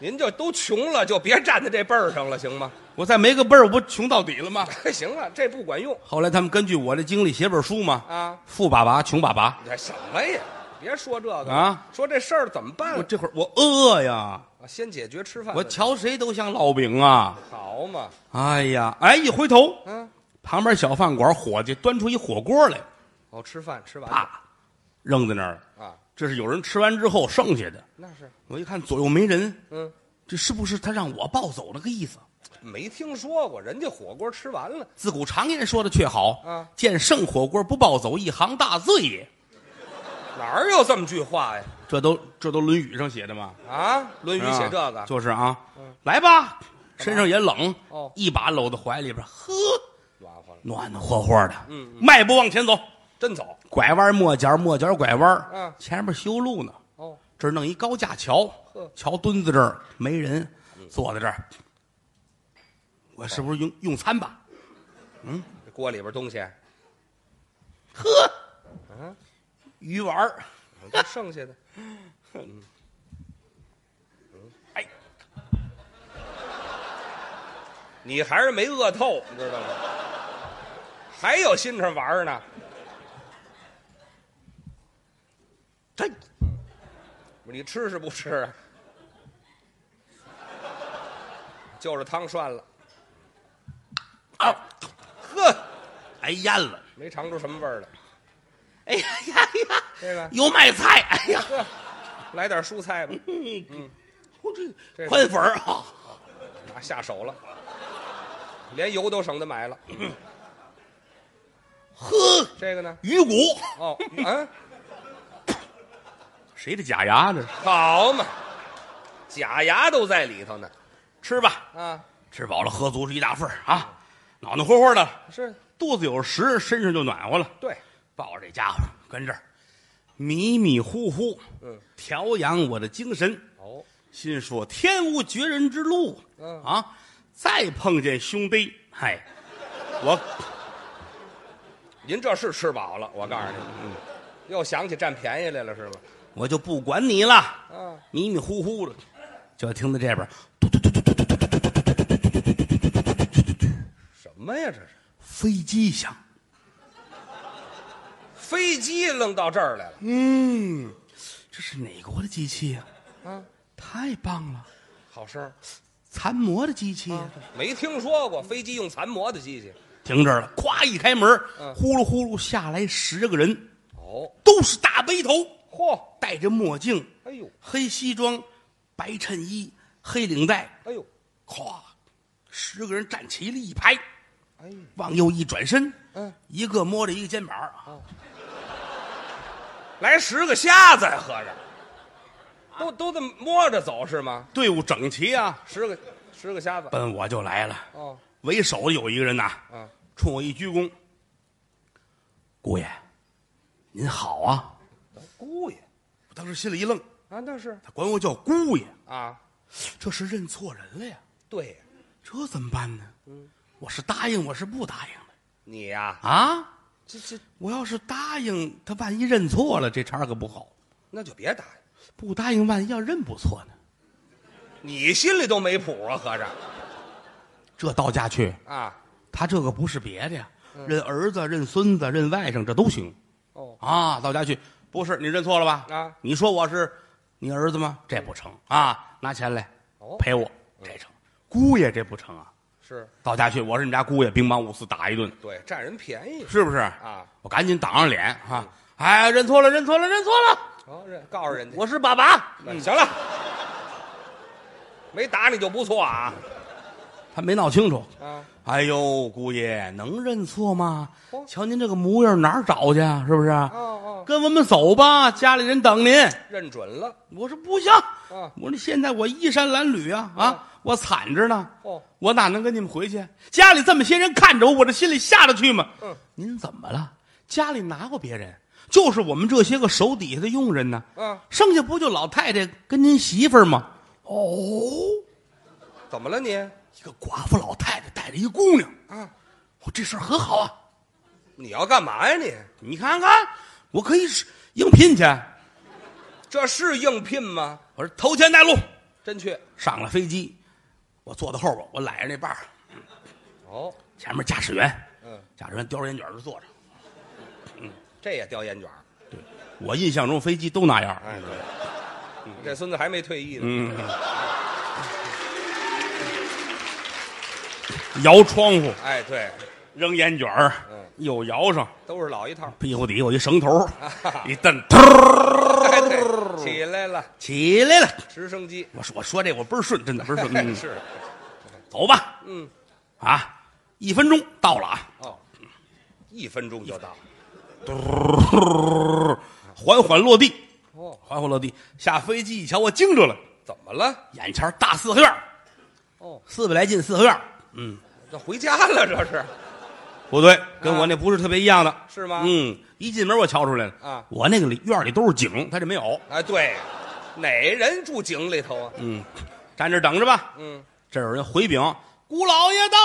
Speaker 3: 您就都穷了，就别站在这辈儿上了，行吗？
Speaker 2: 我再没个辈儿，我不穷到底了吗？
Speaker 3: 哎，行了，这不管用
Speaker 2: 后来他们根据我的经历写本书嘛，
Speaker 3: 啊！
Speaker 2: 富爸爸、穷爸爸。
Speaker 3: 你看什么呀？别说这个了
Speaker 2: 啊，
Speaker 3: 说这事儿怎么办
Speaker 2: 我？这会儿我饿呀，
Speaker 3: 啊先解决吃饭
Speaker 2: 我
Speaker 3: 问题。
Speaker 2: 瞧谁都像烙饼啊！
Speaker 3: 好嘛，
Speaker 2: 哎呀，哎，一回头，
Speaker 3: 嗯，
Speaker 2: 旁边小饭馆伙计端出一火锅来，
Speaker 3: 哦，吃饭吃完了
Speaker 2: 啪，扔在那儿了。
Speaker 3: 啊，
Speaker 2: 这是有人吃完之后剩下的。
Speaker 3: 那是
Speaker 2: 我一看左右没人，
Speaker 3: 嗯，
Speaker 2: 这是不是他让我抱走那个意思？
Speaker 3: 没听说过，人家火锅吃完了，
Speaker 2: 自古常言说的却好，
Speaker 3: 啊
Speaker 2: 见剩火锅不抱走，一行大罪也。
Speaker 3: 哪儿有这么句话呀？
Speaker 2: 这都这都《论语》上写的嘛，
Speaker 3: 啊，《论语》写这
Speaker 2: 啊
Speaker 3: 个，嗯
Speaker 2: 就是啊，来吧，身上也冷，
Speaker 3: 哦
Speaker 2: 一把搂到怀里边，呵，
Speaker 3: 暖和了，
Speaker 2: 暖暖和和的，嗯，迈步往前走，
Speaker 3: 真走
Speaker 2: 拐弯抹角，抹角拐弯，
Speaker 3: 嗯
Speaker 2: 前面修路呢，
Speaker 3: 哦，
Speaker 2: 这儿弄一高架桥
Speaker 3: 呵，
Speaker 2: 桥墩子这儿没人，坐在这儿，我是不是用用餐吧？
Speaker 3: 这锅里边东西
Speaker 2: 呵，鱼丸儿，
Speaker 3: 都 剩下的，
Speaker 2: 嗯
Speaker 3: 嗯
Speaker 2: 哎，
Speaker 3: 你还是没饿透，你知道吗？还有心肠玩儿呢，
Speaker 2: 这
Speaker 3: 你吃是不吃啊？就是汤涮了，
Speaker 2: 啊，
Speaker 3: 呵，
Speaker 2: 哎咽了，
Speaker 3: 没尝出什么味儿来。
Speaker 2: 哎呀呀呀，
Speaker 3: 这个
Speaker 5: 有卖菜，哎呀，
Speaker 3: 来点蔬菜吧，
Speaker 2: 嗯
Speaker 5: 我
Speaker 3: 这
Speaker 5: 这
Speaker 3: 个
Speaker 5: 宽粉儿啊，
Speaker 3: 啊，下手了，连油都省得买了。
Speaker 5: 呵，
Speaker 3: 这个呢？
Speaker 5: 鱼骨，
Speaker 3: 哦，嗯，
Speaker 2: 谁的假牙这是？
Speaker 3: 好嘛，假牙都在里头呢。
Speaker 5: 吃吧，
Speaker 3: 啊，
Speaker 2: 吃饱了喝足是一大份儿啊，暖暖和和的，
Speaker 3: 是，
Speaker 2: 肚子有食，身上就暖和了。
Speaker 3: 对，
Speaker 2: 抱着这家伙跟这儿迷迷糊糊，
Speaker 3: 嗯，
Speaker 2: 调养我的精神。
Speaker 3: 哦，
Speaker 2: 心说天无绝人之路，
Speaker 3: 嗯
Speaker 2: 啊，再碰见兄弟，嗨，我
Speaker 3: 您这是吃饱了，我告诉你，又想起占便宜来了是吗？
Speaker 2: 我就不管你了，
Speaker 3: 嗯，
Speaker 2: 迷迷糊糊的，就听到这边
Speaker 3: 什么呀这是？
Speaker 2: 飞机响，
Speaker 3: 飞机扔到这儿来了，
Speaker 2: 嗯，这是哪国的机器呀、
Speaker 3: 嗯，
Speaker 2: 太棒了，
Speaker 3: 好声儿，
Speaker 2: 残模的机器呀、
Speaker 3: 没听说过飞机用残模的机器。
Speaker 2: 停这儿了，咵一开门，
Speaker 3: 嗯
Speaker 2: 呼噜呼噜下来十个人，
Speaker 3: 哦，
Speaker 2: 都是大背头，
Speaker 3: 嚯，
Speaker 2: 戴着墨镜，
Speaker 3: 哎呦，
Speaker 2: 黑西装，白衬衣，黑领带，
Speaker 3: 哎呦，
Speaker 2: 咵，十个人站齐了一排，
Speaker 3: 哎呦，
Speaker 2: 往右一转身，
Speaker 3: 嗯，
Speaker 2: 一个摸着一个肩膀啊，
Speaker 3: 来十个瞎子呀，合着，都都这么摸着走是吗？
Speaker 2: 队伍整齐啊，
Speaker 3: 十个十个瞎子，
Speaker 2: 奔我就来了。
Speaker 3: 哦，
Speaker 2: 为首的有一个人呐，
Speaker 3: 嗯，
Speaker 2: 冲我一鞠躬，姑爷，您好啊！
Speaker 3: 姑爷
Speaker 2: 我当时心里一愣，
Speaker 3: 啊，那是
Speaker 2: 他管我叫姑爷，
Speaker 3: 啊，
Speaker 2: 这是认错人了呀，
Speaker 3: 对，
Speaker 2: 这怎么办呢？我是答应，我是不答应的
Speaker 3: 你呀、
Speaker 2: 啊？
Speaker 3: 这这
Speaker 2: 我要是答应，他万一认错了，这茬可不好；
Speaker 3: 那就别答应，
Speaker 2: 不答应，万一要认不错呢？
Speaker 3: 你心里都没谱啊，合着
Speaker 2: 这到家去，
Speaker 3: 啊，
Speaker 2: 他这个不是别的呀，认儿子、认孙子、认外甥，这都行
Speaker 3: 嗯哦，
Speaker 2: 啊。到家去，不是你认错了吧？
Speaker 3: 啊嗯
Speaker 2: 你说我是你儿子吗？这不成啊！拿钱来
Speaker 3: 哦
Speaker 2: 赔我，这成。姑爷这不成啊！
Speaker 3: 是
Speaker 2: 到家去，我是你们家姑爷，乒乓五四打一顿，
Speaker 3: 对，占人便宜
Speaker 2: 是不是？
Speaker 3: 啊，嗯
Speaker 2: 我赶紧挡上脸啊！哎，认错了，认错了，认错了，
Speaker 3: 哦，这告诉人家，
Speaker 2: 我是爸爸。
Speaker 3: 嗯行了，没打你就不错啊
Speaker 2: 他没闹清楚。
Speaker 3: 啊，
Speaker 2: 哎呦，姑爷能认错吗
Speaker 3: 哦？
Speaker 2: 瞧您这个模样，哪儿找去啊？是不是？
Speaker 3: 哦
Speaker 2: 跟我们走吧，家里人等您。
Speaker 3: 认准了，
Speaker 2: 我说不行，
Speaker 3: 啊
Speaker 2: 我说现在我衣衫褴褛啊啊，我惨着呢，
Speaker 3: 哦
Speaker 2: 我哪能跟你们回去？家里这么些人看着我，我这心里下得去吗？
Speaker 3: 嗯，
Speaker 2: 您怎么了？家里拿过别人，就是我们这些个手底下的佣人呢。
Speaker 3: 嗯
Speaker 2: 剩下不就老太太跟您媳妇儿吗？哦，
Speaker 3: 怎么了你？
Speaker 2: 一个寡妇老太太带着一姑娘，
Speaker 3: 啊，
Speaker 2: 我这事儿很好啊。
Speaker 3: 你要干嘛呀你？
Speaker 2: 你看看，我可以是应聘去。
Speaker 3: 这是应聘吗？
Speaker 2: 我说头前带路，
Speaker 3: 真去
Speaker 2: 上了飞机，我坐到后边，我揽着那把儿
Speaker 3: 哦，
Speaker 2: 前面驾驶员，
Speaker 3: 嗯，
Speaker 2: 驾驶员叼着烟卷儿就坐着。
Speaker 3: 这也叼烟卷儿，
Speaker 2: 我印象中飞机都那样。
Speaker 3: 哎，对，这孙子还没退役呢，
Speaker 2: 嗯，摇窗户，
Speaker 3: 哎，对，
Speaker 2: 扔烟卷儿
Speaker 3: 嗯，
Speaker 2: 又摇上，
Speaker 3: 都是老一套，
Speaker 2: 屁股底下有一绳头
Speaker 3: 哈，
Speaker 2: 一蹬，突
Speaker 3: 哎
Speaker 2: 嗯
Speaker 3: 对起来了，
Speaker 2: 起来了。
Speaker 3: 直升机，
Speaker 2: 我说我说这我倍儿顺，真的倍儿顺。嗯
Speaker 3: 哎 是，
Speaker 2: 走吧，
Speaker 3: 嗯，
Speaker 2: 啊，一分钟到了啊，
Speaker 3: 哦，一分钟就到，
Speaker 2: 嘟缓缓落地，
Speaker 3: 哦，
Speaker 2: 缓缓落地。下飞机一瞧，我惊着了，
Speaker 3: 怎么了？
Speaker 2: 眼前儿大四合院儿，
Speaker 3: 哦，
Speaker 2: 四百来进四合院儿，
Speaker 3: 这回家了，这是
Speaker 2: 不对，跟我那不是特别一样的，
Speaker 3: 啊是吗
Speaker 2: 嗯，一进门我瞧出来了
Speaker 3: 啊
Speaker 2: 我那个里院里都是井，他这没有，
Speaker 3: 哎，对，哪人住井里头啊？
Speaker 2: 嗯，站这儿等着吧。
Speaker 3: 嗯，
Speaker 2: 这儿有人回禀，姑老爷到，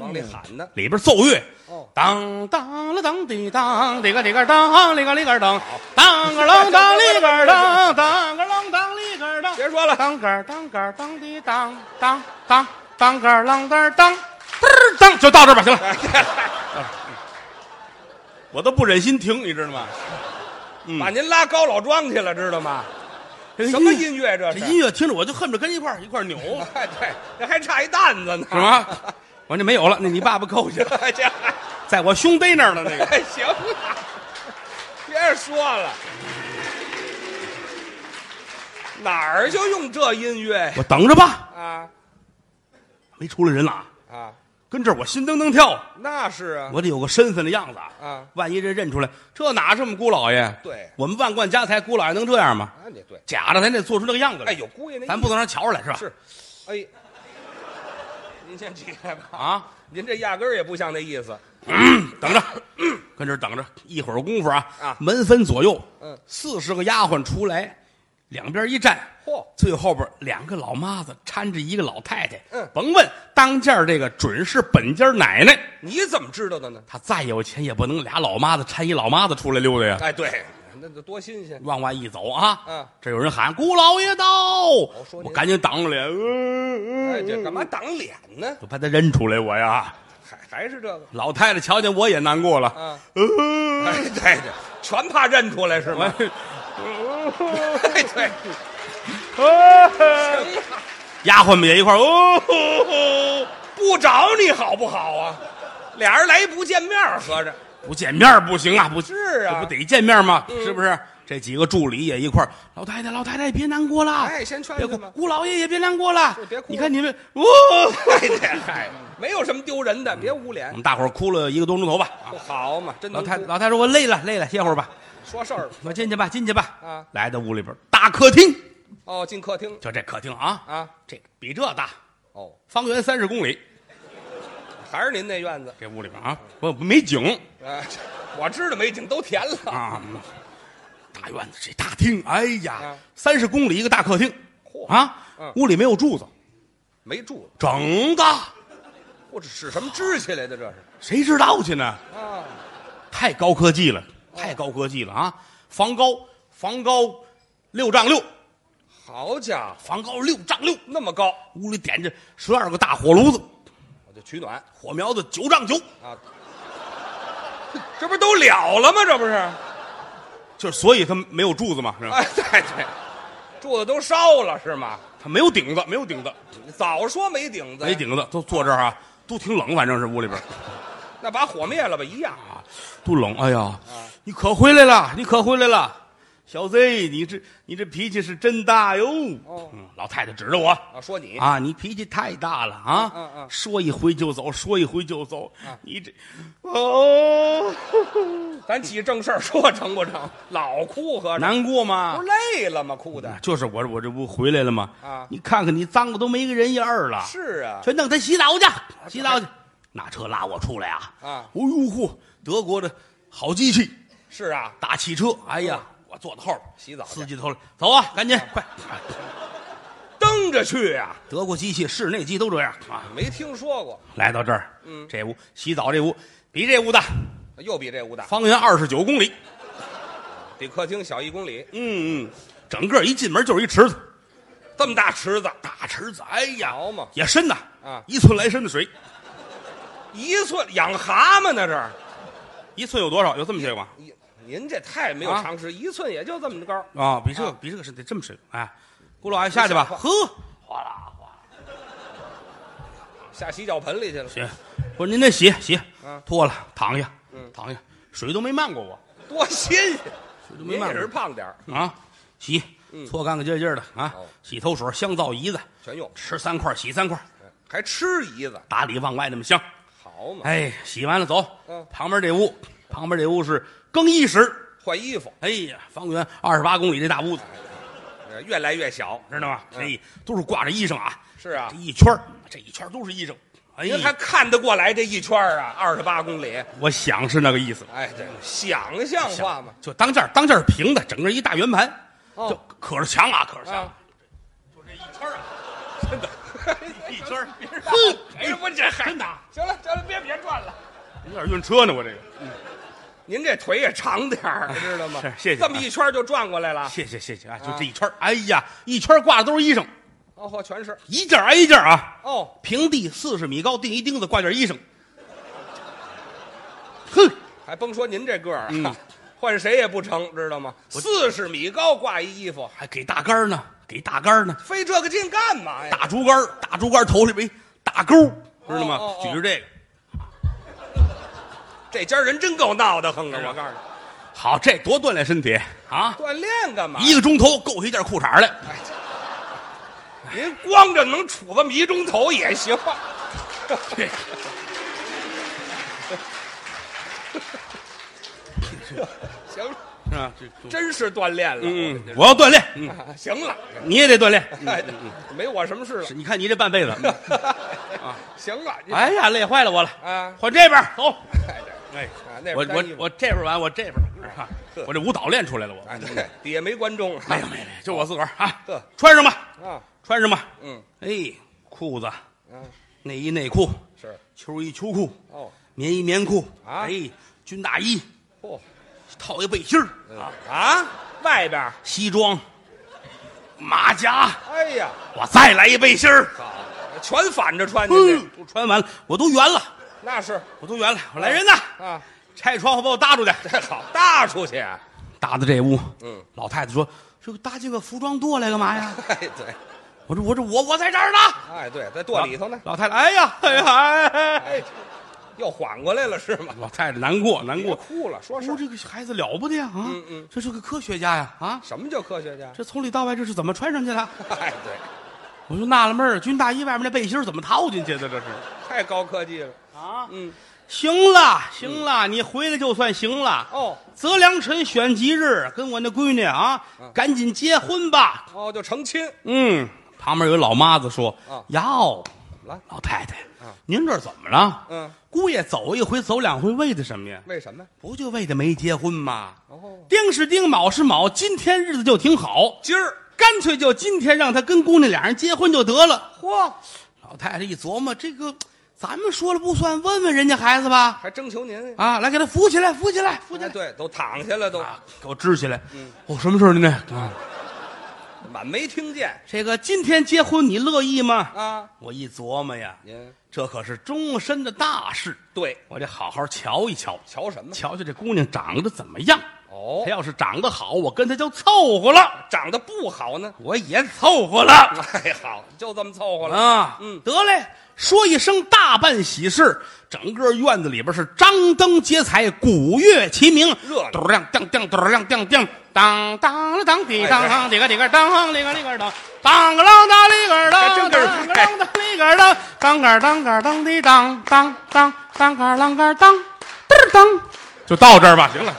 Speaker 3: 往里喊呢，
Speaker 2: 里边奏乐，
Speaker 3: 哦
Speaker 2: 当当了当滴当，滴个滴个当，里个里个当，当 个啷当里个当，当个啷当里个当，
Speaker 3: 别说了
Speaker 2: 当个儿当个儿当滴当当当当个儿啷当儿当，嘚儿当就到这儿吧，行了。我都不忍心停，你知道吗？
Speaker 3: 把您拉高老庄去了，知道吗？
Speaker 2: 这个
Speaker 3: 什么音乐这
Speaker 2: 这
Speaker 3: 是？
Speaker 2: 音乐听着我就恨不得跟一块儿一块 儿扭，是
Speaker 3: 哎， 对，这还差一担子呢，
Speaker 2: 吗？我这没有了，那你爸爸扣去了，
Speaker 3: 这还
Speaker 2: 在我胸背那儿了那个。
Speaker 3: 哎，行了，别别说了，哪儿就用这音乐呀？
Speaker 2: 我等着吧，
Speaker 3: 啊
Speaker 2: 没出来人了啊，
Speaker 3: 啊，
Speaker 2: 跟这儿我心噔噔跳，
Speaker 3: 那是啊，
Speaker 2: 我得有个身份的样子啊。
Speaker 3: 啊，
Speaker 2: 万一这认出来，这哪是我们姑老爷？
Speaker 3: 对
Speaker 2: 我们万贯家财，姑老爷能这样吗？
Speaker 3: 啊，你对，
Speaker 2: 假的，咱得做出那个样子来。
Speaker 3: 哎，有姑爷那意思，
Speaker 2: 咱不能让人瞧出来，是吧？
Speaker 3: 是，哎，您先起来吧，
Speaker 2: 啊，
Speaker 3: 您这压根儿也不像那意思，
Speaker 2: 等着， 跟这儿等着，一会儿功夫啊，
Speaker 3: 啊
Speaker 2: 门分左右，
Speaker 3: 嗯
Speaker 2: 四十个丫鬟出来，两边一站，
Speaker 3: 嚯
Speaker 2: 最后边两个老妈子搀着一个老太太，
Speaker 3: 嗯
Speaker 2: 甭问，当家儿这个准是本家奶奶，
Speaker 3: 你怎么知道的呢？
Speaker 2: 她再有钱也不能俩老妈子搀一老妈子出来溜达呀。
Speaker 3: 哎，对，那得多新鲜，
Speaker 2: 往外一走啊，
Speaker 3: 嗯
Speaker 2: 这有人喊“姑老爷到”，
Speaker 3: 说
Speaker 2: 我
Speaker 3: 您
Speaker 2: 赶紧挡着脸，呃嗯
Speaker 3: 哎，这干嘛挡脸呢？
Speaker 2: 我怕他认出来我呀。
Speaker 3: 还还是这个，
Speaker 2: 老太太瞧见我也难过了，
Speaker 3: 啊
Speaker 2: 嗯
Speaker 3: 哎， 对对，全怕认出来是
Speaker 2: 我
Speaker 3: 吗？哎， 对，
Speaker 2: 哎
Speaker 3: 行了，
Speaker 2: 丫鬟们也一块儿哦，
Speaker 3: 不找你好不好啊？俩人来一不见面儿，合 着
Speaker 2: 不见面儿不行啊，不
Speaker 3: 是啊嗯
Speaker 2: 这不得见面吗？是不是？这几个助理也一块儿，老太太，老太太别难过了，
Speaker 3: 哎先劝
Speaker 2: 别
Speaker 3: 劝
Speaker 2: 哭
Speaker 3: 吧，
Speaker 2: 姑老爷也别难过了
Speaker 3: 是别，哭
Speaker 2: 你
Speaker 3: 了
Speaker 2: 看你们， 哦，
Speaker 3: 哎对，嗨，没有什么丢人的，别捂脸
Speaker 2: 我，们大伙儿哭了一个多钟头吧。啊
Speaker 3: 不好嘛，真
Speaker 2: 嗯老
Speaker 3: 能
Speaker 2: 太
Speaker 3: 哭
Speaker 2: 老太太说：“我累了，累了，歇会儿吧。
Speaker 3: 说事儿”
Speaker 2: 我进去吧，进去吧。
Speaker 3: 啊
Speaker 2: 来到屋里边儿，大客厅，
Speaker 3: 哦，进客厅
Speaker 2: 就这客厅啊，
Speaker 3: 啊，
Speaker 2: 这比这大，
Speaker 3: 哦，
Speaker 2: 方圆三十公里。
Speaker 3: 还是您那院子，
Speaker 2: 这屋里边啊，我没景
Speaker 3: 啊，我知道美景都填了，
Speaker 2: 啊，大院子这大厅，哎呀
Speaker 3: 啊，
Speaker 2: 三十公里一个大客厅
Speaker 3: 嚯
Speaker 2: 啊
Speaker 3: 嗯，
Speaker 2: 屋里没有柱子，
Speaker 3: 没住了，
Speaker 2: 整的，
Speaker 3: 我这使什么支起来的这是
Speaker 2: 谁知道去呢？
Speaker 3: 啊？
Speaker 2: 太高科技了，太高科技了啊！房高，房高六丈六，
Speaker 3: 好家伙，
Speaker 2: 房高六丈六，
Speaker 3: 那么高，
Speaker 2: 屋里点着十二个大火炉子，
Speaker 3: 我就取暖
Speaker 2: 火苗子九丈九。
Speaker 3: 啊， 这不都了了吗？这不是？
Speaker 2: 就是所以他没有柱子嘛，是吧？
Speaker 3: 哎，对对，柱子都烧了是吗？
Speaker 2: 他没有顶子，没有顶子，
Speaker 3: 早说没顶子，
Speaker 2: 没，顶子，都坐这儿啊，都挺冷，反正是屋里边
Speaker 3: 啊那把火灭了吧，一样。
Speaker 2: 啊，都冷。哎
Speaker 3: 啊
Speaker 2: 呀，你可回来了，你可回来了，小 Z，你这你这脾气是真大哟。
Speaker 3: 哦
Speaker 2: 嗯，老太太指着我。
Speaker 3: 啊，说你
Speaker 2: 啊，你脾气太大了啊！
Speaker 3: 嗯嗯啊
Speaker 2: 说一回就走，说一回就走，你这哦，
Speaker 3: 咱起正事儿说成不成？ 老哭合着，
Speaker 2: 难过
Speaker 3: 不
Speaker 2: 吗哎
Speaker 3: 是？累了吗？哭的
Speaker 2: 就是我，我这不回来了吗？
Speaker 3: 啊
Speaker 2: 你看看你脏的都没个人样儿了。
Speaker 3: 是啊，
Speaker 2: 全弄他洗澡去，洗澡去，拿车拉我出来啊！
Speaker 3: 啊
Speaker 2: 哦呦嚯，德国的好机器，
Speaker 3: 是啊，
Speaker 2: 大汽车，哎呀，我坐在后边
Speaker 3: 哦洗澡去
Speaker 2: 司机头里走啊，赶紧快！
Speaker 3: 蹬着去啊，
Speaker 2: 德国机器、室内机都这样啊。
Speaker 3: 没听说过，
Speaker 2: 来到这儿，
Speaker 3: 嗯
Speaker 2: 这屋洗澡这屋比这屋大，
Speaker 3: 又比这屋大，
Speaker 2: 方圆二十九公里。
Speaker 3: 比客厅小一公里，
Speaker 2: 嗯嗯，整个一进门就是一池子，
Speaker 3: 这么大池子，
Speaker 2: 大池子，哎呀
Speaker 3: 好嘛，
Speaker 2: 也深呐，
Speaker 3: 啊
Speaker 2: 一寸来深的水，
Speaker 3: 一寸养蛤蟆呢这儿。
Speaker 2: 一寸有多少？有这么些个吗？
Speaker 3: 您您这太没有
Speaker 2: 啊
Speaker 3: 常识，一寸也就这么高。
Speaker 2: 啊，比这个比这个是得这么深，哎，郭老爷下去吧，
Speaker 3: 不
Speaker 2: 呵
Speaker 3: 是，下洗脚盆里去了，
Speaker 2: 行，不是您得洗洗
Speaker 3: 嗯，
Speaker 2: 脱了躺下
Speaker 3: 嗯，
Speaker 2: 躺下，水都没漫过我
Speaker 3: 多新鲜！
Speaker 2: 都没
Speaker 3: 您
Speaker 2: 漫
Speaker 3: 也
Speaker 2: 过
Speaker 3: 是胖点儿，
Speaker 2: 啊，洗搓干干净净的啊
Speaker 3: 哦，
Speaker 2: 洗头水、香皂、胰子，
Speaker 3: 全用，
Speaker 2: 吃三块洗三块，
Speaker 3: 还吃胰子，
Speaker 2: 打里往外那么香。
Speaker 3: 好嘛？
Speaker 2: 哎，洗完了走
Speaker 3: 嗯，
Speaker 2: 旁边这屋，旁边这屋是更衣室。
Speaker 3: 换衣服
Speaker 2: 哎呀，方圆二十八公里这大屋子，
Speaker 3: 呃越来越小，
Speaker 2: 知道吗？
Speaker 3: 嗯
Speaker 2: 哎，都是挂着衣裳啊，
Speaker 3: 是啊
Speaker 2: 这一圈儿这一圈儿都是衣裳。哎
Speaker 3: 您还
Speaker 2: 呀，
Speaker 3: 看得过来这一圈儿啊？二十八公里，
Speaker 2: 我想是那个意思。
Speaker 3: 哎，这想象化嘛，
Speaker 2: 就当间儿当间儿平的，整个一大圆盘，
Speaker 3: 哦
Speaker 2: 就可着墙啊，可着墙，
Speaker 3: 啊，
Speaker 2: 就这一圈 儿啊，真的，一圈 儿，
Speaker 3: 哎呦，我这还
Speaker 2: 真的，
Speaker 3: 行了，行了，别别转了。
Speaker 2: 有点晕车呢，我这个，
Speaker 3: 您这腿也长点儿，知道吗？
Speaker 2: 是谢谢
Speaker 3: 这么一圈儿就转过来了。
Speaker 2: 谢谢谢谢啊，就这一圈儿，哎呀，一圈儿挂的都是衣裳，
Speaker 3: 哦嚯，全是
Speaker 2: 一件儿挨一件儿啊，
Speaker 3: 哦，
Speaker 2: 平地四十米高，钉一钉子挂件衣裳，哼，
Speaker 3: 还甭说您这个儿啊，
Speaker 2: 嗯
Speaker 3: 换谁也不成，知道吗？四十米高挂一衣服，
Speaker 2: 还给大杆儿呢，给大杆儿呢，
Speaker 3: 费这个劲干嘛呀？
Speaker 2: 大竹竿儿，大竹竿儿头里边一大钩儿，知道吗？
Speaker 3: 哦哦哦
Speaker 2: 举着这个，
Speaker 3: 这家人真够闹得哼的，
Speaker 2: 是啊
Speaker 3: 我告诉你，
Speaker 2: 好，这多锻炼身体啊！
Speaker 3: 锻炼干嘛？
Speaker 2: 一个钟头够一件裤衩来。
Speaker 3: 您光着能杵这么一钟头也行。行了，
Speaker 2: 是吧？这
Speaker 3: 真是啊锻炼了。
Speaker 2: 嗯，我要锻炼，嗯，
Speaker 3: 啊行了，
Speaker 2: 你也得锻炼。
Speaker 3: 哎没我什么事了
Speaker 2: 是。你看你这半辈子，嗯
Speaker 3: 啊行了，你
Speaker 2: 哎呀，累坏了我了。
Speaker 3: 啊
Speaker 2: 换这边儿走。
Speaker 3: 哎对
Speaker 2: 哎，
Speaker 3: 啊那边
Speaker 2: 我
Speaker 3: 单衣
Speaker 2: 我
Speaker 3: 服
Speaker 2: 我这边儿完，我这边儿啊， 我这舞蹈练出来了，我
Speaker 3: 哎对，底下没观众。
Speaker 2: 没有没有，没有就我自个儿啊
Speaker 3: 呵。
Speaker 2: 穿上吧，
Speaker 3: 啊，
Speaker 2: 穿上吧。
Speaker 3: 嗯
Speaker 2: 哎，裤子、
Speaker 3: 嗯，
Speaker 2: 内衣、内裤、
Speaker 3: 是
Speaker 2: 秋衣、秋裤、
Speaker 3: 哦，
Speaker 2: 棉衣、棉裤，
Speaker 3: 啊
Speaker 2: 哎，军大衣，
Speaker 3: 嚯
Speaker 2: 套一背心儿啊，
Speaker 3: 啊，外边儿，
Speaker 2: 西装，马甲，
Speaker 3: 哎呀，
Speaker 2: 我再来一背心儿。
Speaker 3: 好，全反着穿进
Speaker 2: 嗯
Speaker 3: 去，，
Speaker 2: 都穿完了，我都圆了，
Speaker 3: 那是
Speaker 2: 我都圆了。我来人呐，
Speaker 3: 啊，
Speaker 2: 拆窗户把我搭出去。
Speaker 3: 这好搭出去。啊
Speaker 2: 搭到这屋，
Speaker 3: 嗯，
Speaker 2: 老太太说：“这个搭这个服装垛来干嘛呀
Speaker 3: 哎对，？”
Speaker 2: 我说：“我这我我在这儿呢。
Speaker 3: 哎对，在垛里头呢”。
Speaker 2: 老太太，哎呀，哎呀，哎哎哎
Speaker 3: 哎，又缓过来了是吗？
Speaker 2: 老太太难过难
Speaker 3: 别
Speaker 2: 过。
Speaker 3: 哭了，说
Speaker 2: 我
Speaker 3: 事
Speaker 2: 说
Speaker 3: 儿。
Speaker 2: 这个孩子了不得呀啊！
Speaker 3: 嗯嗯
Speaker 2: 这是个科学家呀啊！
Speaker 3: 什么叫科学家？
Speaker 2: 这从里到外这是怎么穿上去的？
Speaker 3: 哎，对，
Speaker 2: 我就纳了闷儿，军大衣外面那背心儿怎么套进去的？这是
Speaker 3: 太高科技了。
Speaker 2: 啊？
Speaker 3: 嗯，
Speaker 2: 行了行了，你回来就算行了。
Speaker 3: 哦
Speaker 2: 择良辰选吉日，跟我那闺女啊，赶紧结婚吧。
Speaker 3: 哦，就成亲，
Speaker 2: 嗯，旁边有老妈子说
Speaker 3: 啊：“
Speaker 2: 哟，
Speaker 3: 怎么了？
Speaker 2: 老太太
Speaker 3: 啊，
Speaker 2: 您这怎么了？
Speaker 3: 嗯，
Speaker 2: 姑爷走一回，走两回，为的什么呀？
Speaker 3: 为什么？
Speaker 2: 不就为的没结婚吗？
Speaker 3: 哦，
Speaker 2: 丁是丁，卯是卯，今天日子就挺好，
Speaker 3: 今儿
Speaker 2: 干脆就今天让他跟姑娘俩人结婚就得了。
Speaker 3: 嚯，
Speaker 2: 老太太一琢磨，这个咱们说了不算，问问人家孩子吧。
Speaker 3: 还征求您呀？
Speaker 2: 啊，来给他扶起来，扶起来，扶起
Speaker 3: 哎
Speaker 2: 来。
Speaker 3: 对，嗯都躺下了，都
Speaker 2: 啊，给我支起来。哦，什么事儿您这？啊，
Speaker 3: 满没听见
Speaker 2: 这个今天结婚你乐意吗？
Speaker 3: 啊。
Speaker 2: 我一琢磨呀，
Speaker 3: 您
Speaker 2: 这可是终身的大事，
Speaker 3: 对，
Speaker 2: 我得好好瞧一瞧，
Speaker 3: 瞧什么？
Speaker 2: 瞧瞧这姑娘长得怎么样。
Speaker 3: 哦
Speaker 2: 她，要是长得好，我跟她就凑合了，
Speaker 3: 长得不好呢。
Speaker 2: 我也凑合了。
Speaker 3: 哎，好，就这么凑合了。
Speaker 2: 啊，
Speaker 3: 嗯
Speaker 2: 得嘞，说一声大办喜事，整个院子里边是张灯结彩，鼓乐齐鸣，
Speaker 3: 热闹
Speaker 2: 嘟儿亮当当，嘟儿亮当当，当当了当滴当当，滴个滴个当，滴个滴个当，当个啷当哩个当，当个啷当哩个当，当个当个当滴当当当，当个啷个当，嘚儿当，就到这儿吧，行了，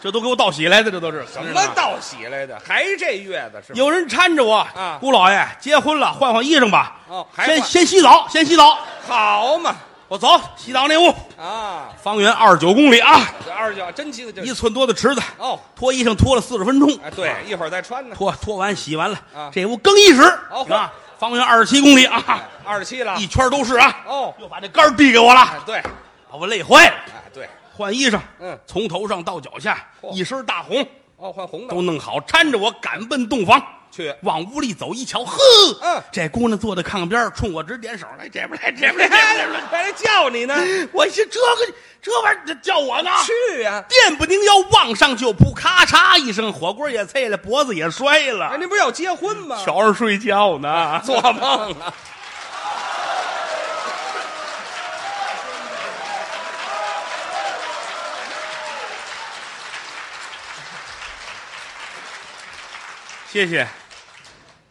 Speaker 2: 这都给我道喜来的，这都是啊
Speaker 3: 什么道喜来的？还这月子是吗？
Speaker 2: 有人搀着我
Speaker 3: 啊
Speaker 2: 姑老爷结婚了，换换衣裳吧。
Speaker 3: 哦还
Speaker 2: 先
Speaker 3: 换
Speaker 2: 先洗澡，先洗澡。
Speaker 3: 好嘛
Speaker 2: 我走，洗澡那屋，
Speaker 3: 啊！
Speaker 2: 方圆二十九公里啊，
Speaker 3: 这二舅真记得这
Speaker 2: 一寸多的池子，
Speaker 3: 哦。
Speaker 2: 脱衣裳脱了四十分钟。
Speaker 3: 哎，对，一会儿再穿呢。
Speaker 2: 脱脱完洗完了，
Speaker 3: 啊
Speaker 2: 这屋更衣室
Speaker 3: 哦
Speaker 2: 啊，方圆二十七公里啊，
Speaker 3: 哎二十七了
Speaker 2: 一圈都是啊。
Speaker 3: 哦，
Speaker 2: 又把这杆儿递给我了，
Speaker 3: 哎，对，
Speaker 2: 把我累坏了。
Speaker 3: 哎，对，
Speaker 2: 换衣裳，
Speaker 3: 嗯
Speaker 2: 从头上到脚下，
Speaker 3: 嚯
Speaker 2: 一身大红
Speaker 3: 哦，换红的
Speaker 2: 都弄好，搀着我赶奔洞房。
Speaker 3: 去
Speaker 2: 往屋里走一瞧，呵，
Speaker 3: 嗯
Speaker 2: 这姑娘坐在炕边儿，冲我直点手，来这边来，这边来，这
Speaker 3: 哎
Speaker 2: 边来。
Speaker 3: 还来 叫你呢，
Speaker 2: 我一寻这个这玩意儿这叫我呢，
Speaker 3: 去呀、
Speaker 2: 电不宁腰往上就扑，咔嚓一声，火锅也碎了，脖子也摔
Speaker 3: 哎，
Speaker 2: 了，
Speaker 3: 您不是要结婚吗？
Speaker 2: 瞧着睡觉呢。
Speaker 3: 做梦啊！
Speaker 2: 谢谢，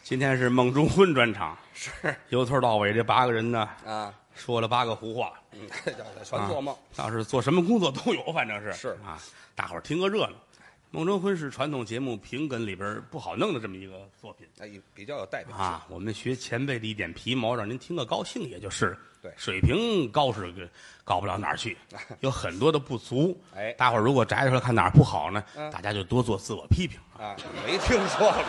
Speaker 2: 今天是梦中婚专场，
Speaker 3: 是
Speaker 2: 由头到尾这八个人呢，
Speaker 3: 啊，
Speaker 2: 说了八个胡话，
Speaker 3: 嗯，
Speaker 2: 啊
Speaker 3: 全做梦。
Speaker 2: 倒是做什么工作都有，反正是
Speaker 3: 是
Speaker 2: 啊，大伙儿听个热闹。梦中婚是传统节目评梗里边儿不好弄的这么一个作品。
Speaker 3: 哎，比较有代表性。
Speaker 2: 啊，我们学前辈的一点皮毛，让您听个高兴也就是了。
Speaker 3: 对
Speaker 2: 水平高是个高不了哪儿 去，有很多的不足。
Speaker 3: 哎
Speaker 2: 大伙儿如果摘出来看哪儿不好呢，
Speaker 3: 嗯
Speaker 2: 大家就多做自我批评。
Speaker 3: 啊，没听说过。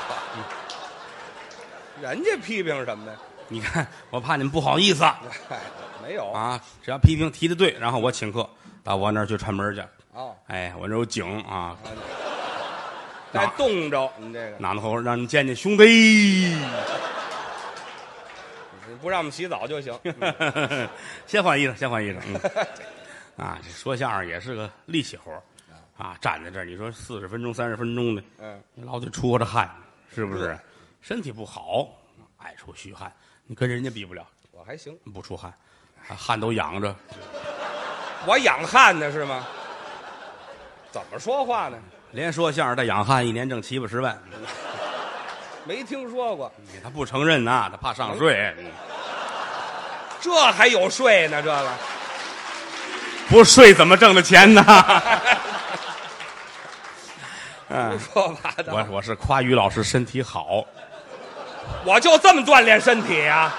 Speaker 3: 人家批评什么呀？
Speaker 2: 你看，我怕你们不好意思
Speaker 3: 哎，没有啊。
Speaker 2: 啊，只要批评提的对，然后我请客到我那儿去串门去。
Speaker 3: 哦，
Speaker 2: 哎，我这有井啊，
Speaker 3: 嗯 再冻着你这个，
Speaker 2: 拿到后让你们见见兄弟。
Speaker 3: 你不让我们洗澡就行。嗯
Speaker 2: 先换衣裳，先换衣裳。嗯、啊，这说相声也是个力气活儿啊，站在这儿，你说四十分钟、三十分钟的，
Speaker 3: 嗯，
Speaker 2: 你老得出着汗，是不是
Speaker 3: 对？
Speaker 2: 身体不好，爱出虚汗，你跟人家比不了，
Speaker 3: 我还行，
Speaker 2: 不出汗，啊汗都养着。
Speaker 3: 我养汉呢是吗？怎么说话呢？
Speaker 2: 连说相声带养汉，一年挣七八十万，
Speaker 3: 没听说过，
Speaker 2: 你他不承认呐、他怕上
Speaker 3: 哎
Speaker 2: 税，
Speaker 3: 这还有税呢？这个
Speaker 2: 不税怎么挣的钱 呢？嗯
Speaker 3: 胡， 说八道，
Speaker 2: 我我是夸于老师身体好，
Speaker 3: 我就这么锻炼身体 啊！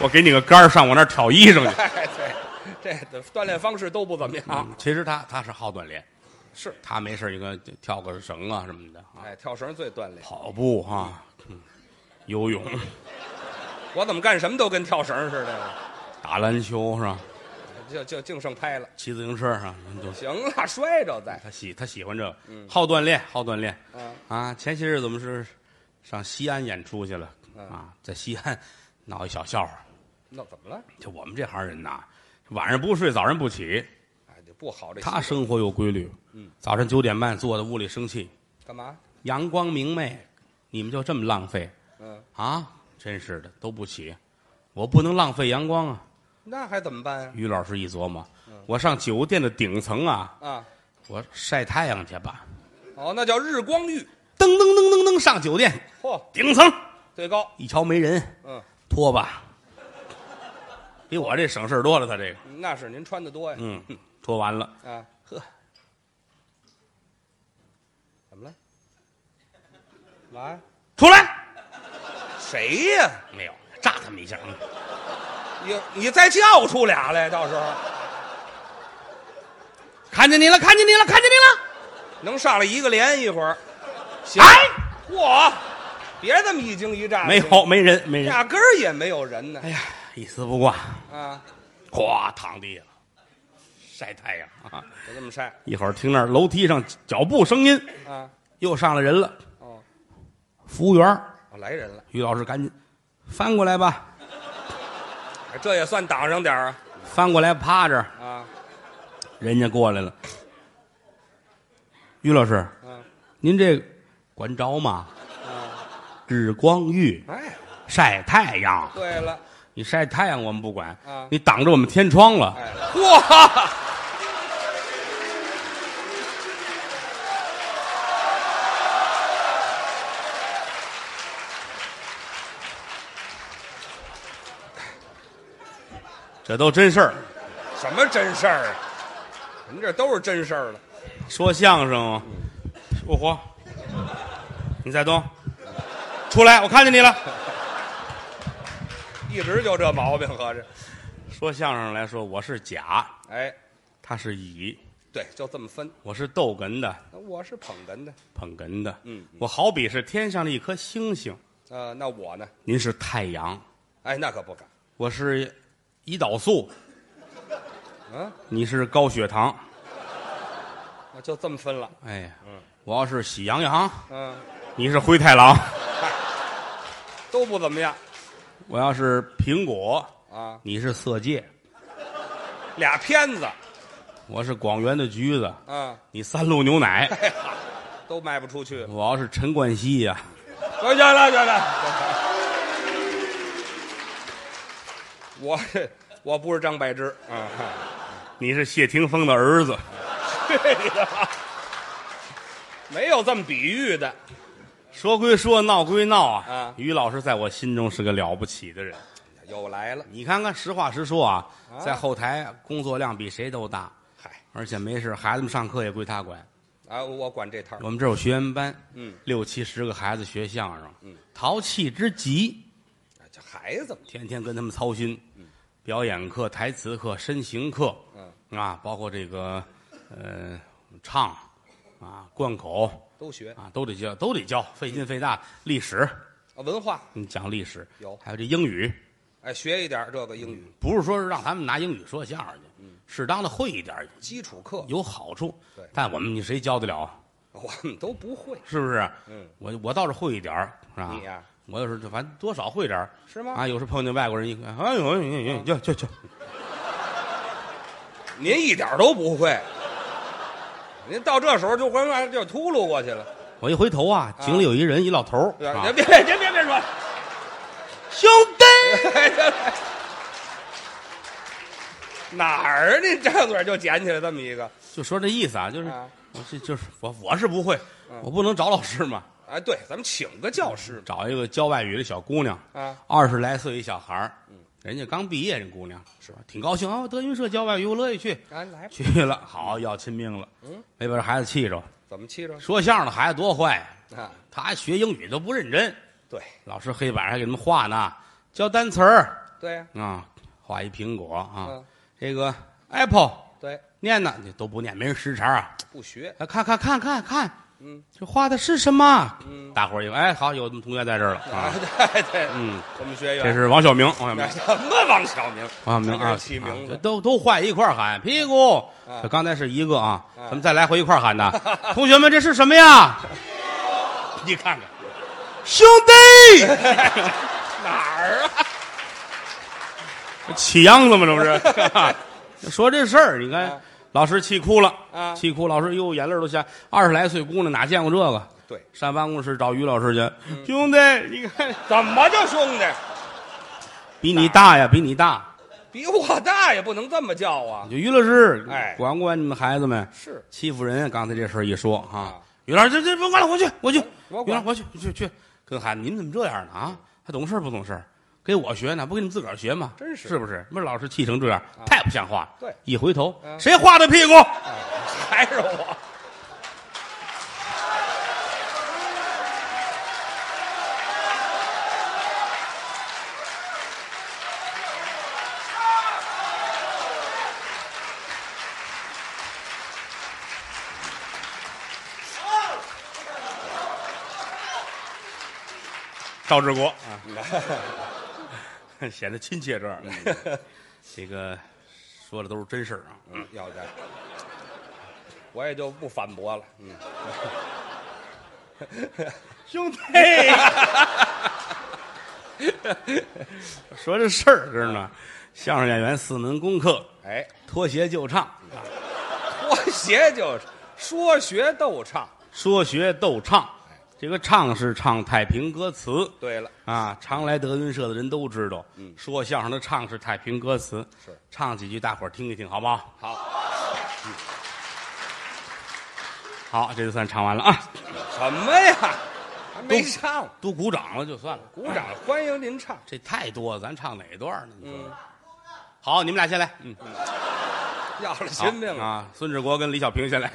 Speaker 2: 我给你个杆儿上我那儿挑衣裳去。
Speaker 3: 哎，对，这的锻炼方式都不怎么样。
Speaker 2: 嗯其实他他是好锻炼，
Speaker 3: 啊是，
Speaker 2: 他没事儿应该跳个绳啊什么的啊，
Speaker 3: 哎，跳绳最锻炼。
Speaker 2: 跑步啊，嗯游泳、
Speaker 3: 我怎么干什么都跟跳绳似的，
Speaker 2: 打篮球是吧？
Speaker 3: 就就净剩拍了。
Speaker 2: 骑自行车啊，都
Speaker 3: 行了，摔着再。
Speaker 2: 他喜他喜欢这个，好锻炼，好锻炼。
Speaker 3: 嗯
Speaker 2: 啊，前些日子我们是上西安演出去了啊，在西安闹一小笑话，
Speaker 3: 那怎么了？
Speaker 2: 就我们这行人呐，晚上不睡，早上不起，
Speaker 3: 哎，这不好这习
Speaker 2: 他
Speaker 3: 惯。
Speaker 2: 生活有规律。早上九点半坐在屋里生气，
Speaker 3: 干嘛？
Speaker 2: 阳光明媚，你们就这么浪费
Speaker 3: 嗯，
Speaker 2: 啊？真是的，都不起，我不能浪费阳光啊！
Speaker 3: 那还怎么办呀？
Speaker 2: 于老师一琢磨，我上酒店的顶层啊，
Speaker 3: 啊，
Speaker 2: 我晒太阳去吧。
Speaker 3: 哦，那叫日光浴。
Speaker 2: 噔噔噔噔噔，上酒店
Speaker 3: 嚯，
Speaker 2: 顶层
Speaker 3: 最高。
Speaker 2: 一瞧没人，
Speaker 3: 嗯，
Speaker 2: 脱吧，比我这省事儿多了。他这个，
Speaker 3: 那是您穿的多呀。
Speaker 2: 嗯，脱完了，
Speaker 3: 啊，
Speaker 2: 嗯呵，
Speaker 3: 怎么了？来，
Speaker 2: 出来
Speaker 3: 谁呀、
Speaker 2: 没有？炸他们一下，嗯
Speaker 3: 你你再叫出俩来，到时候
Speaker 2: 看见你了，看见你了，看见你
Speaker 3: 能上来一个连一会儿。行
Speaker 2: 了！哎，
Speaker 3: 嚯，别这么一惊一乍的，
Speaker 2: 没有，没人，没人。
Speaker 3: 压根儿也没有人呢
Speaker 2: 哎。呀，一丝不挂，
Speaker 3: 啊，
Speaker 2: 咵躺地下了，晒太阳啊！
Speaker 3: 就这么晒
Speaker 2: 一会儿听那儿楼梯上脚步声音，
Speaker 3: 啊。
Speaker 2: 又上来人了。
Speaker 3: 哦，
Speaker 2: 服务员儿，
Speaker 3: 哦来人了，
Speaker 2: 于老师赶紧翻过来吧，
Speaker 3: 哎这也算挡上点儿啊
Speaker 2: 翻过来趴着，
Speaker 3: 啊。
Speaker 2: 人家过来了。于老师，
Speaker 3: 嗯
Speaker 2: 您这管着吗？
Speaker 3: 啊，
Speaker 2: 日光浴
Speaker 3: 哎，
Speaker 2: 晒太阳，
Speaker 3: 对了，
Speaker 2: 你晒太阳我们不管，
Speaker 3: 啊
Speaker 2: 你挡着我们天窗了。
Speaker 3: 哎，嚯，
Speaker 2: 这都真事儿。
Speaker 3: 什么真事儿啊？您这都是真事儿了。
Speaker 2: 说相声，我活。你在东，出来，我看见你了。
Speaker 3: 一直就这毛病，合着。
Speaker 2: 说相声来说，我是甲，
Speaker 3: 哎，
Speaker 2: 他是乙，
Speaker 3: 对，就这么分。
Speaker 2: 我是逗哏的，
Speaker 3: 那我是捧哏的，
Speaker 2: 捧哏的。
Speaker 3: 嗯，
Speaker 2: 我好比是天上的一颗星星，
Speaker 3: 呃，那我呢？
Speaker 2: 您是太阳，
Speaker 3: 哎，那可不敢。
Speaker 2: 我是胰岛素，
Speaker 3: 嗯，
Speaker 2: 你是高血糖。
Speaker 3: 那就这么分了。
Speaker 2: 哎呀，我要是喜羊羊，
Speaker 3: 嗯，
Speaker 2: 你是灰太狼；
Speaker 3: 都不怎么样
Speaker 2: 我要是苹果，
Speaker 3: 啊。
Speaker 2: 你是色戒；
Speaker 3: 俩片子，
Speaker 2: 我是广元的橘子，
Speaker 3: 嗯，
Speaker 2: 你三鹿牛奶；
Speaker 3: 都卖不出去。
Speaker 2: 我要是陈冠希呀、
Speaker 3: 行行了，行 了。我我不是张柏芝啊，
Speaker 2: 你是谢霆锋的儿子。
Speaker 3: 没有这么比喻的。
Speaker 2: 说归说，闹归闹啊
Speaker 3: 啊，
Speaker 2: 于老师在我心中是个了不起的人。
Speaker 3: 又来了，
Speaker 2: 你看看，实话实说啊，在后台工作量比谁都大，
Speaker 3: 嗨
Speaker 2: 而且没事，孩子们上课也归他管。
Speaker 3: 啊，我管这套
Speaker 2: 我们这儿有学员班，
Speaker 3: 嗯，
Speaker 2: 六七十个孩子学相声，嗯，淘气之极，
Speaker 3: 哎这孩子嘛，
Speaker 2: 天天跟他们操心，表演课、台词课、身形课，
Speaker 3: 嗯
Speaker 2: 啊，包括这个呃唱啊、贯口
Speaker 3: 都学
Speaker 2: 啊，都得教，都得教，费劲费大。历史，
Speaker 3: 啊文化，
Speaker 2: 你讲历史
Speaker 3: 有
Speaker 2: 还有这英语，
Speaker 3: 哎，学一点这个英语
Speaker 2: 不是说是让他们拿英语说相声去，适当的会一点
Speaker 3: 基础课，
Speaker 2: 有好处
Speaker 3: 嗯对。
Speaker 2: 但我们你谁教得了？
Speaker 3: 我们都不会，
Speaker 2: 是不是？
Speaker 3: 嗯，
Speaker 2: 我我倒是会一点儿，是吧？
Speaker 3: 你呀
Speaker 2: 我有时候反正多少会点儿，
Speaker 3: 是吗嗯
Speaker 2: 啊，有时候碰见外国人一看，哎呦哎呦哎呦，就就就，
Speaker 3: 您一点都不会。您到这时候就关完就秃噜过去了，
Speaker 2: 我一回头啊，井里有一人，一老头儿，
Speaker 3: 对
Speaker 2: 啊
Speaker 3: 别别别别别说，
Speaker 2: 兄弟，
Speaker 3: 哎这哪儿呢？张嘴就捡起来这么一个，
Speaker 2: 就说这意思啊，就是
Speaker 3: 啊
Speaker 2: 我是就是我我是不会，我不能找老师嘛，
Speaker 3: 哎，对，咱们请个教师
Speaker 2: 找一个教外语的小姑娘，
Speaker 3: 啊，
Speaker 2: 二十来岁一小孩儿，
Speaker 3: 嗯
Speaker 2: 人家刚毕业，人姑娘是吧？挺高兴啊，我德云社教外语，我乐意去，
Speaker 3: 哎，来吧，
Speaker 2: 去了，好要亲命了，嗯，没把这孩子气着。
Speaker 3: 怎么气着
Speaker 2: 说相声的孩子多坏啊，
Speaker 3: 啊？
Speaker 2: 他学英语都不认真，
Speaker 3: 对
Speaker 2: 老师黑板上还给他们画呢，教单词儿
Speaker 3: 对呀，
Speaker 2: 啊，画一苹果啊，
Speaker 3: 嗯
Speaker 2: 这个 apple
Speaker 3: 对，
Speaker 2: 念呢，你都不念，没人识茬儿啊。
Speaker 3: 不学，
Speaker 2: 哎，看看看看看，
Speaker 3: 嗯，
Speaker 2: 这画的是什么？
Speaker 3: 嗯
Speaker 2: 大伙儿一看，哎，好，有我们同学在这儿了
Speaker 3: 啊，
Speaker 2: 啊。
Speaker 3: 对 对，啊
Speaker 2: 嗯，
Speaker 3: 我们学员
Speaker 2: 这是王晓明，王晓明
Speaker 3: 那，什么王小明，
Speaker 2: 王晓明
Speaker 3: 他
Speaker 2: 啊，
Speaker 3: 这是起名
Speaker 2: 啊
Speaker 3: 字，
Speaker 2: 都都坏一块儿喊屁股
Speaker 3: 啊。
Speaker 2: 这刚才是一个啊，
Speaker 3: 啊
Speaker 2: 咱们再来回一块儿喊的。 同学们，这是什么呀？你看看，兄弟，
Speaker 3: 哪儿啊？
Speaker 2: 起秧子嘛，这不 是？说这事儿，你看
Speaker 3: 啊，
Speaker 2: 老师气哭了
Speaker 3: 啊
Speaker 2: 气哭，老师哟，眼泪儿都下。二十来岁姑娘哪见过这个？
Speaker 3: 对，
Speaker 2: 上办公室找于老师去，
Speaker 3: 嗯
Speaker 2: 兄弟，你看
Speaker 3: 怎么就兄弟？
Speaker 2: 比你大呀，比你大。
Speaker 3: 比我大也不能这么叫啊！
Speaker 2: 就于老师，
Speaker 3: 哎
Speaker 2: 管管你们孩子们
Speaker 3: 是
Speaker 2: 欺负人。刚才这事儿一说啊
Speaker 3: 啊，
Speaker 2: 于老师这这甭管了，我去，我去，
Speaker 3: 我
Speaker 2: 于老
Speaker 3: 管
Speaker 2: 师我去去去，跟孩子你们怎么这样呢啊？还懂事不懂事？给我学呢，不给你们自个儿学吗？
Speaker 3: 真是啊
Speaker 2: 是不是？不是老师气成这样，太不像话了。
Speaker 3: 对啊
Speaker 2: 一回头，
Speaker 3: 嗯
Speaker 2: 谁画的屁股？
Speaker 3: 还是我，
Speaker 2: 赵志国啊， 显得亲切这儿。
Speaker 3: 嗯
Speaker 2: 这个说的都是真事儿啊。
Speaker 3: 嗯，要的， 我也就不反驳了。嗯，
Speaker 2: 兄弟，说这事儿知道吗？相声演员四门功课：
Speaker 3: 哎，
Speaker 2: 脱鞋就唱，
Speaker 3: 脱鞋就是说学逗唱。
Speaker 2: 说学逗唱。这个唱是唱太平歌词
Speaker 3: 哎对了，
Speaker 2: 啊，常来德云社的人都知道。说相声的唱是太平歌词，
Speaker 3: 是
Speaker 2: 唱几句，大伙儿听一听，好不好？
Speaker 3: 好，
Speaker 2: 好，这就算唱完了啊，
Speaker 3: 什么呀？还没唱，
Speaker 2: 都鼓掌了就算了。
Speaker 3: 鼓掌欢迎您唱。
Speaker 2: 这太多了，咱唱哪一段呢？你说，
Speaker 3: 嗯，
Speaker 2: 好，你们俩先来，嗯，
Speaker 3: 要了
Speaker 2: 好
Speaker 3: 亲命了，
Speaker 2: 啊！孙志国跟李小平先来。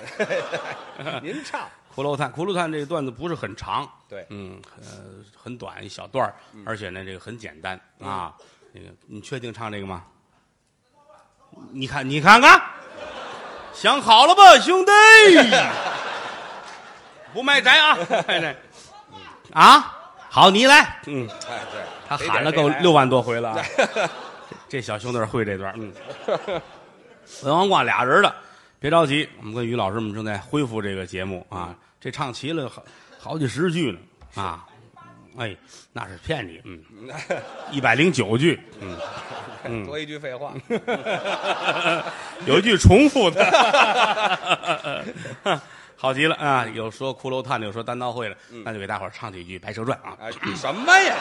Speaker 2: 啊
Speaker 3: 您唱。
Speaker 2: 骷髅炭，骷髅炭这个段子不是很长，
Speaker 3: 对
Speaker 2: 嗯，呃，很短一小段儿而且呢，这个很简单啊。那个，你确定唱这个吗？你看，你看看，想好了吧，兄弟， 不卖宅啊，不卖宅 啊，好，你来，嗯，
Speaker 3: 哎，对，
Speaker 2: 他
Speaker 3: 谁
Speaker 2: 喊了
Speaker 3: 点谁
Speaker 2: 够
Speaker 3: 来
Speaker 2: 六万多回了啊，这这小兄弟儿会这段儿，嗯， 文王挂俩人儿的，别着急，我们跟于老师我们正在恢复这个节目啊，这唱齐了好好几十句呢啊，哎，那是骗你，嗯，
Speaker 3: 啊
Speaker 2: 一百零九句，嗯，
Speaker 3: 多一句废话。
Speaker 2: 有一句重复的， 好极了啊！有说骷髅炭的，有说单刀会的，那就给大伙儿唱几句《白蛇传》啊。
Speaker 3: 哎，什么呀？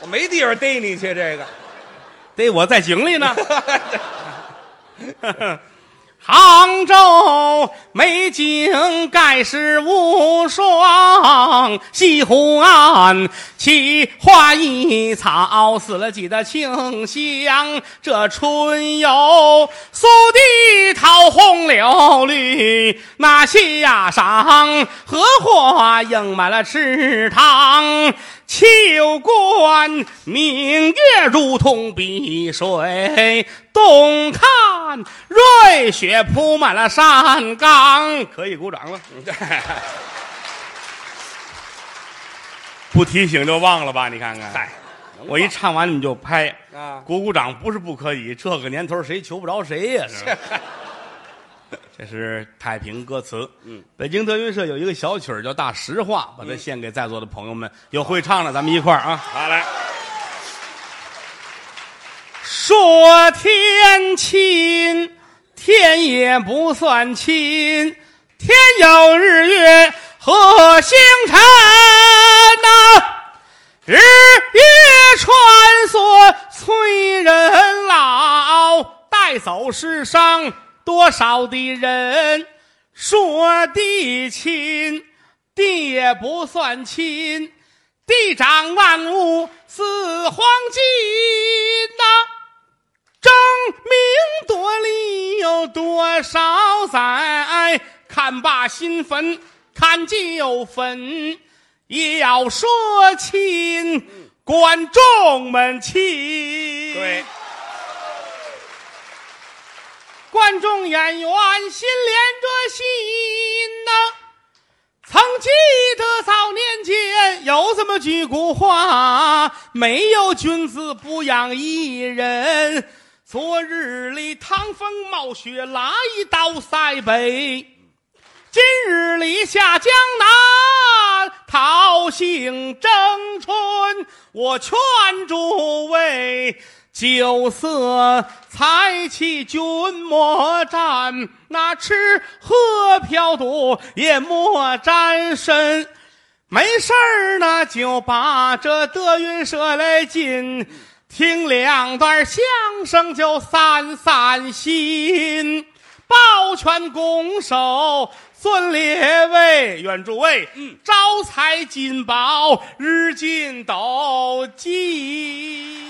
Speaker 3: 我没地方逮你去，这个
Speaker 2: 得我在井里呢。 杭州美景盖世无双，西湖岸奇花异草，死了几的清香。这春游苏堤桃红柳绿，那西呀赏荷花映满了池塘。秋观明月如同碧水，东看瑞雪铺满了山岗。可以鼓掌 了，哎不提醒就忘了吧？你看看，嗨，我一唱完你们就拍
Speaker 3: 啊
Speaker 2: 鼓鼓掌不是不可以，这个年头谁求不着谁呀、是吧这是太平歌词。嗯，北京德云社有一个小曲儿叫《大实话》，把它献给在座的朋友们。有会唱的，咱们一块儿啊。
Speaker 3: 好来，
Speaker 2: 说天亲，天也不算亲，天有日月和星辰呐、日月穿梭催人老，待少的人说地亲，地也不算亲，地长万物似黄金呐、争名夺利有多少载？看罢新坟，看旧坟，也要说亲，观众们亲。
Speaker 3: 对，
Speaker 2: 观众演员心连着心呐、曾记得早年间有这么句古话：没有君子不养艺人。昨日里趟风冒雪来到塞北，今日里下江南讨杏争春。我劝诸位，酒色财气君莫沾，那吃喝嫖赌也莫沾身。没事儿呢，就把这德云社来进，听两段相声就散散心。抱拳拱手，尊列位，愿诸位，嗯，招财进宝，日进斗金。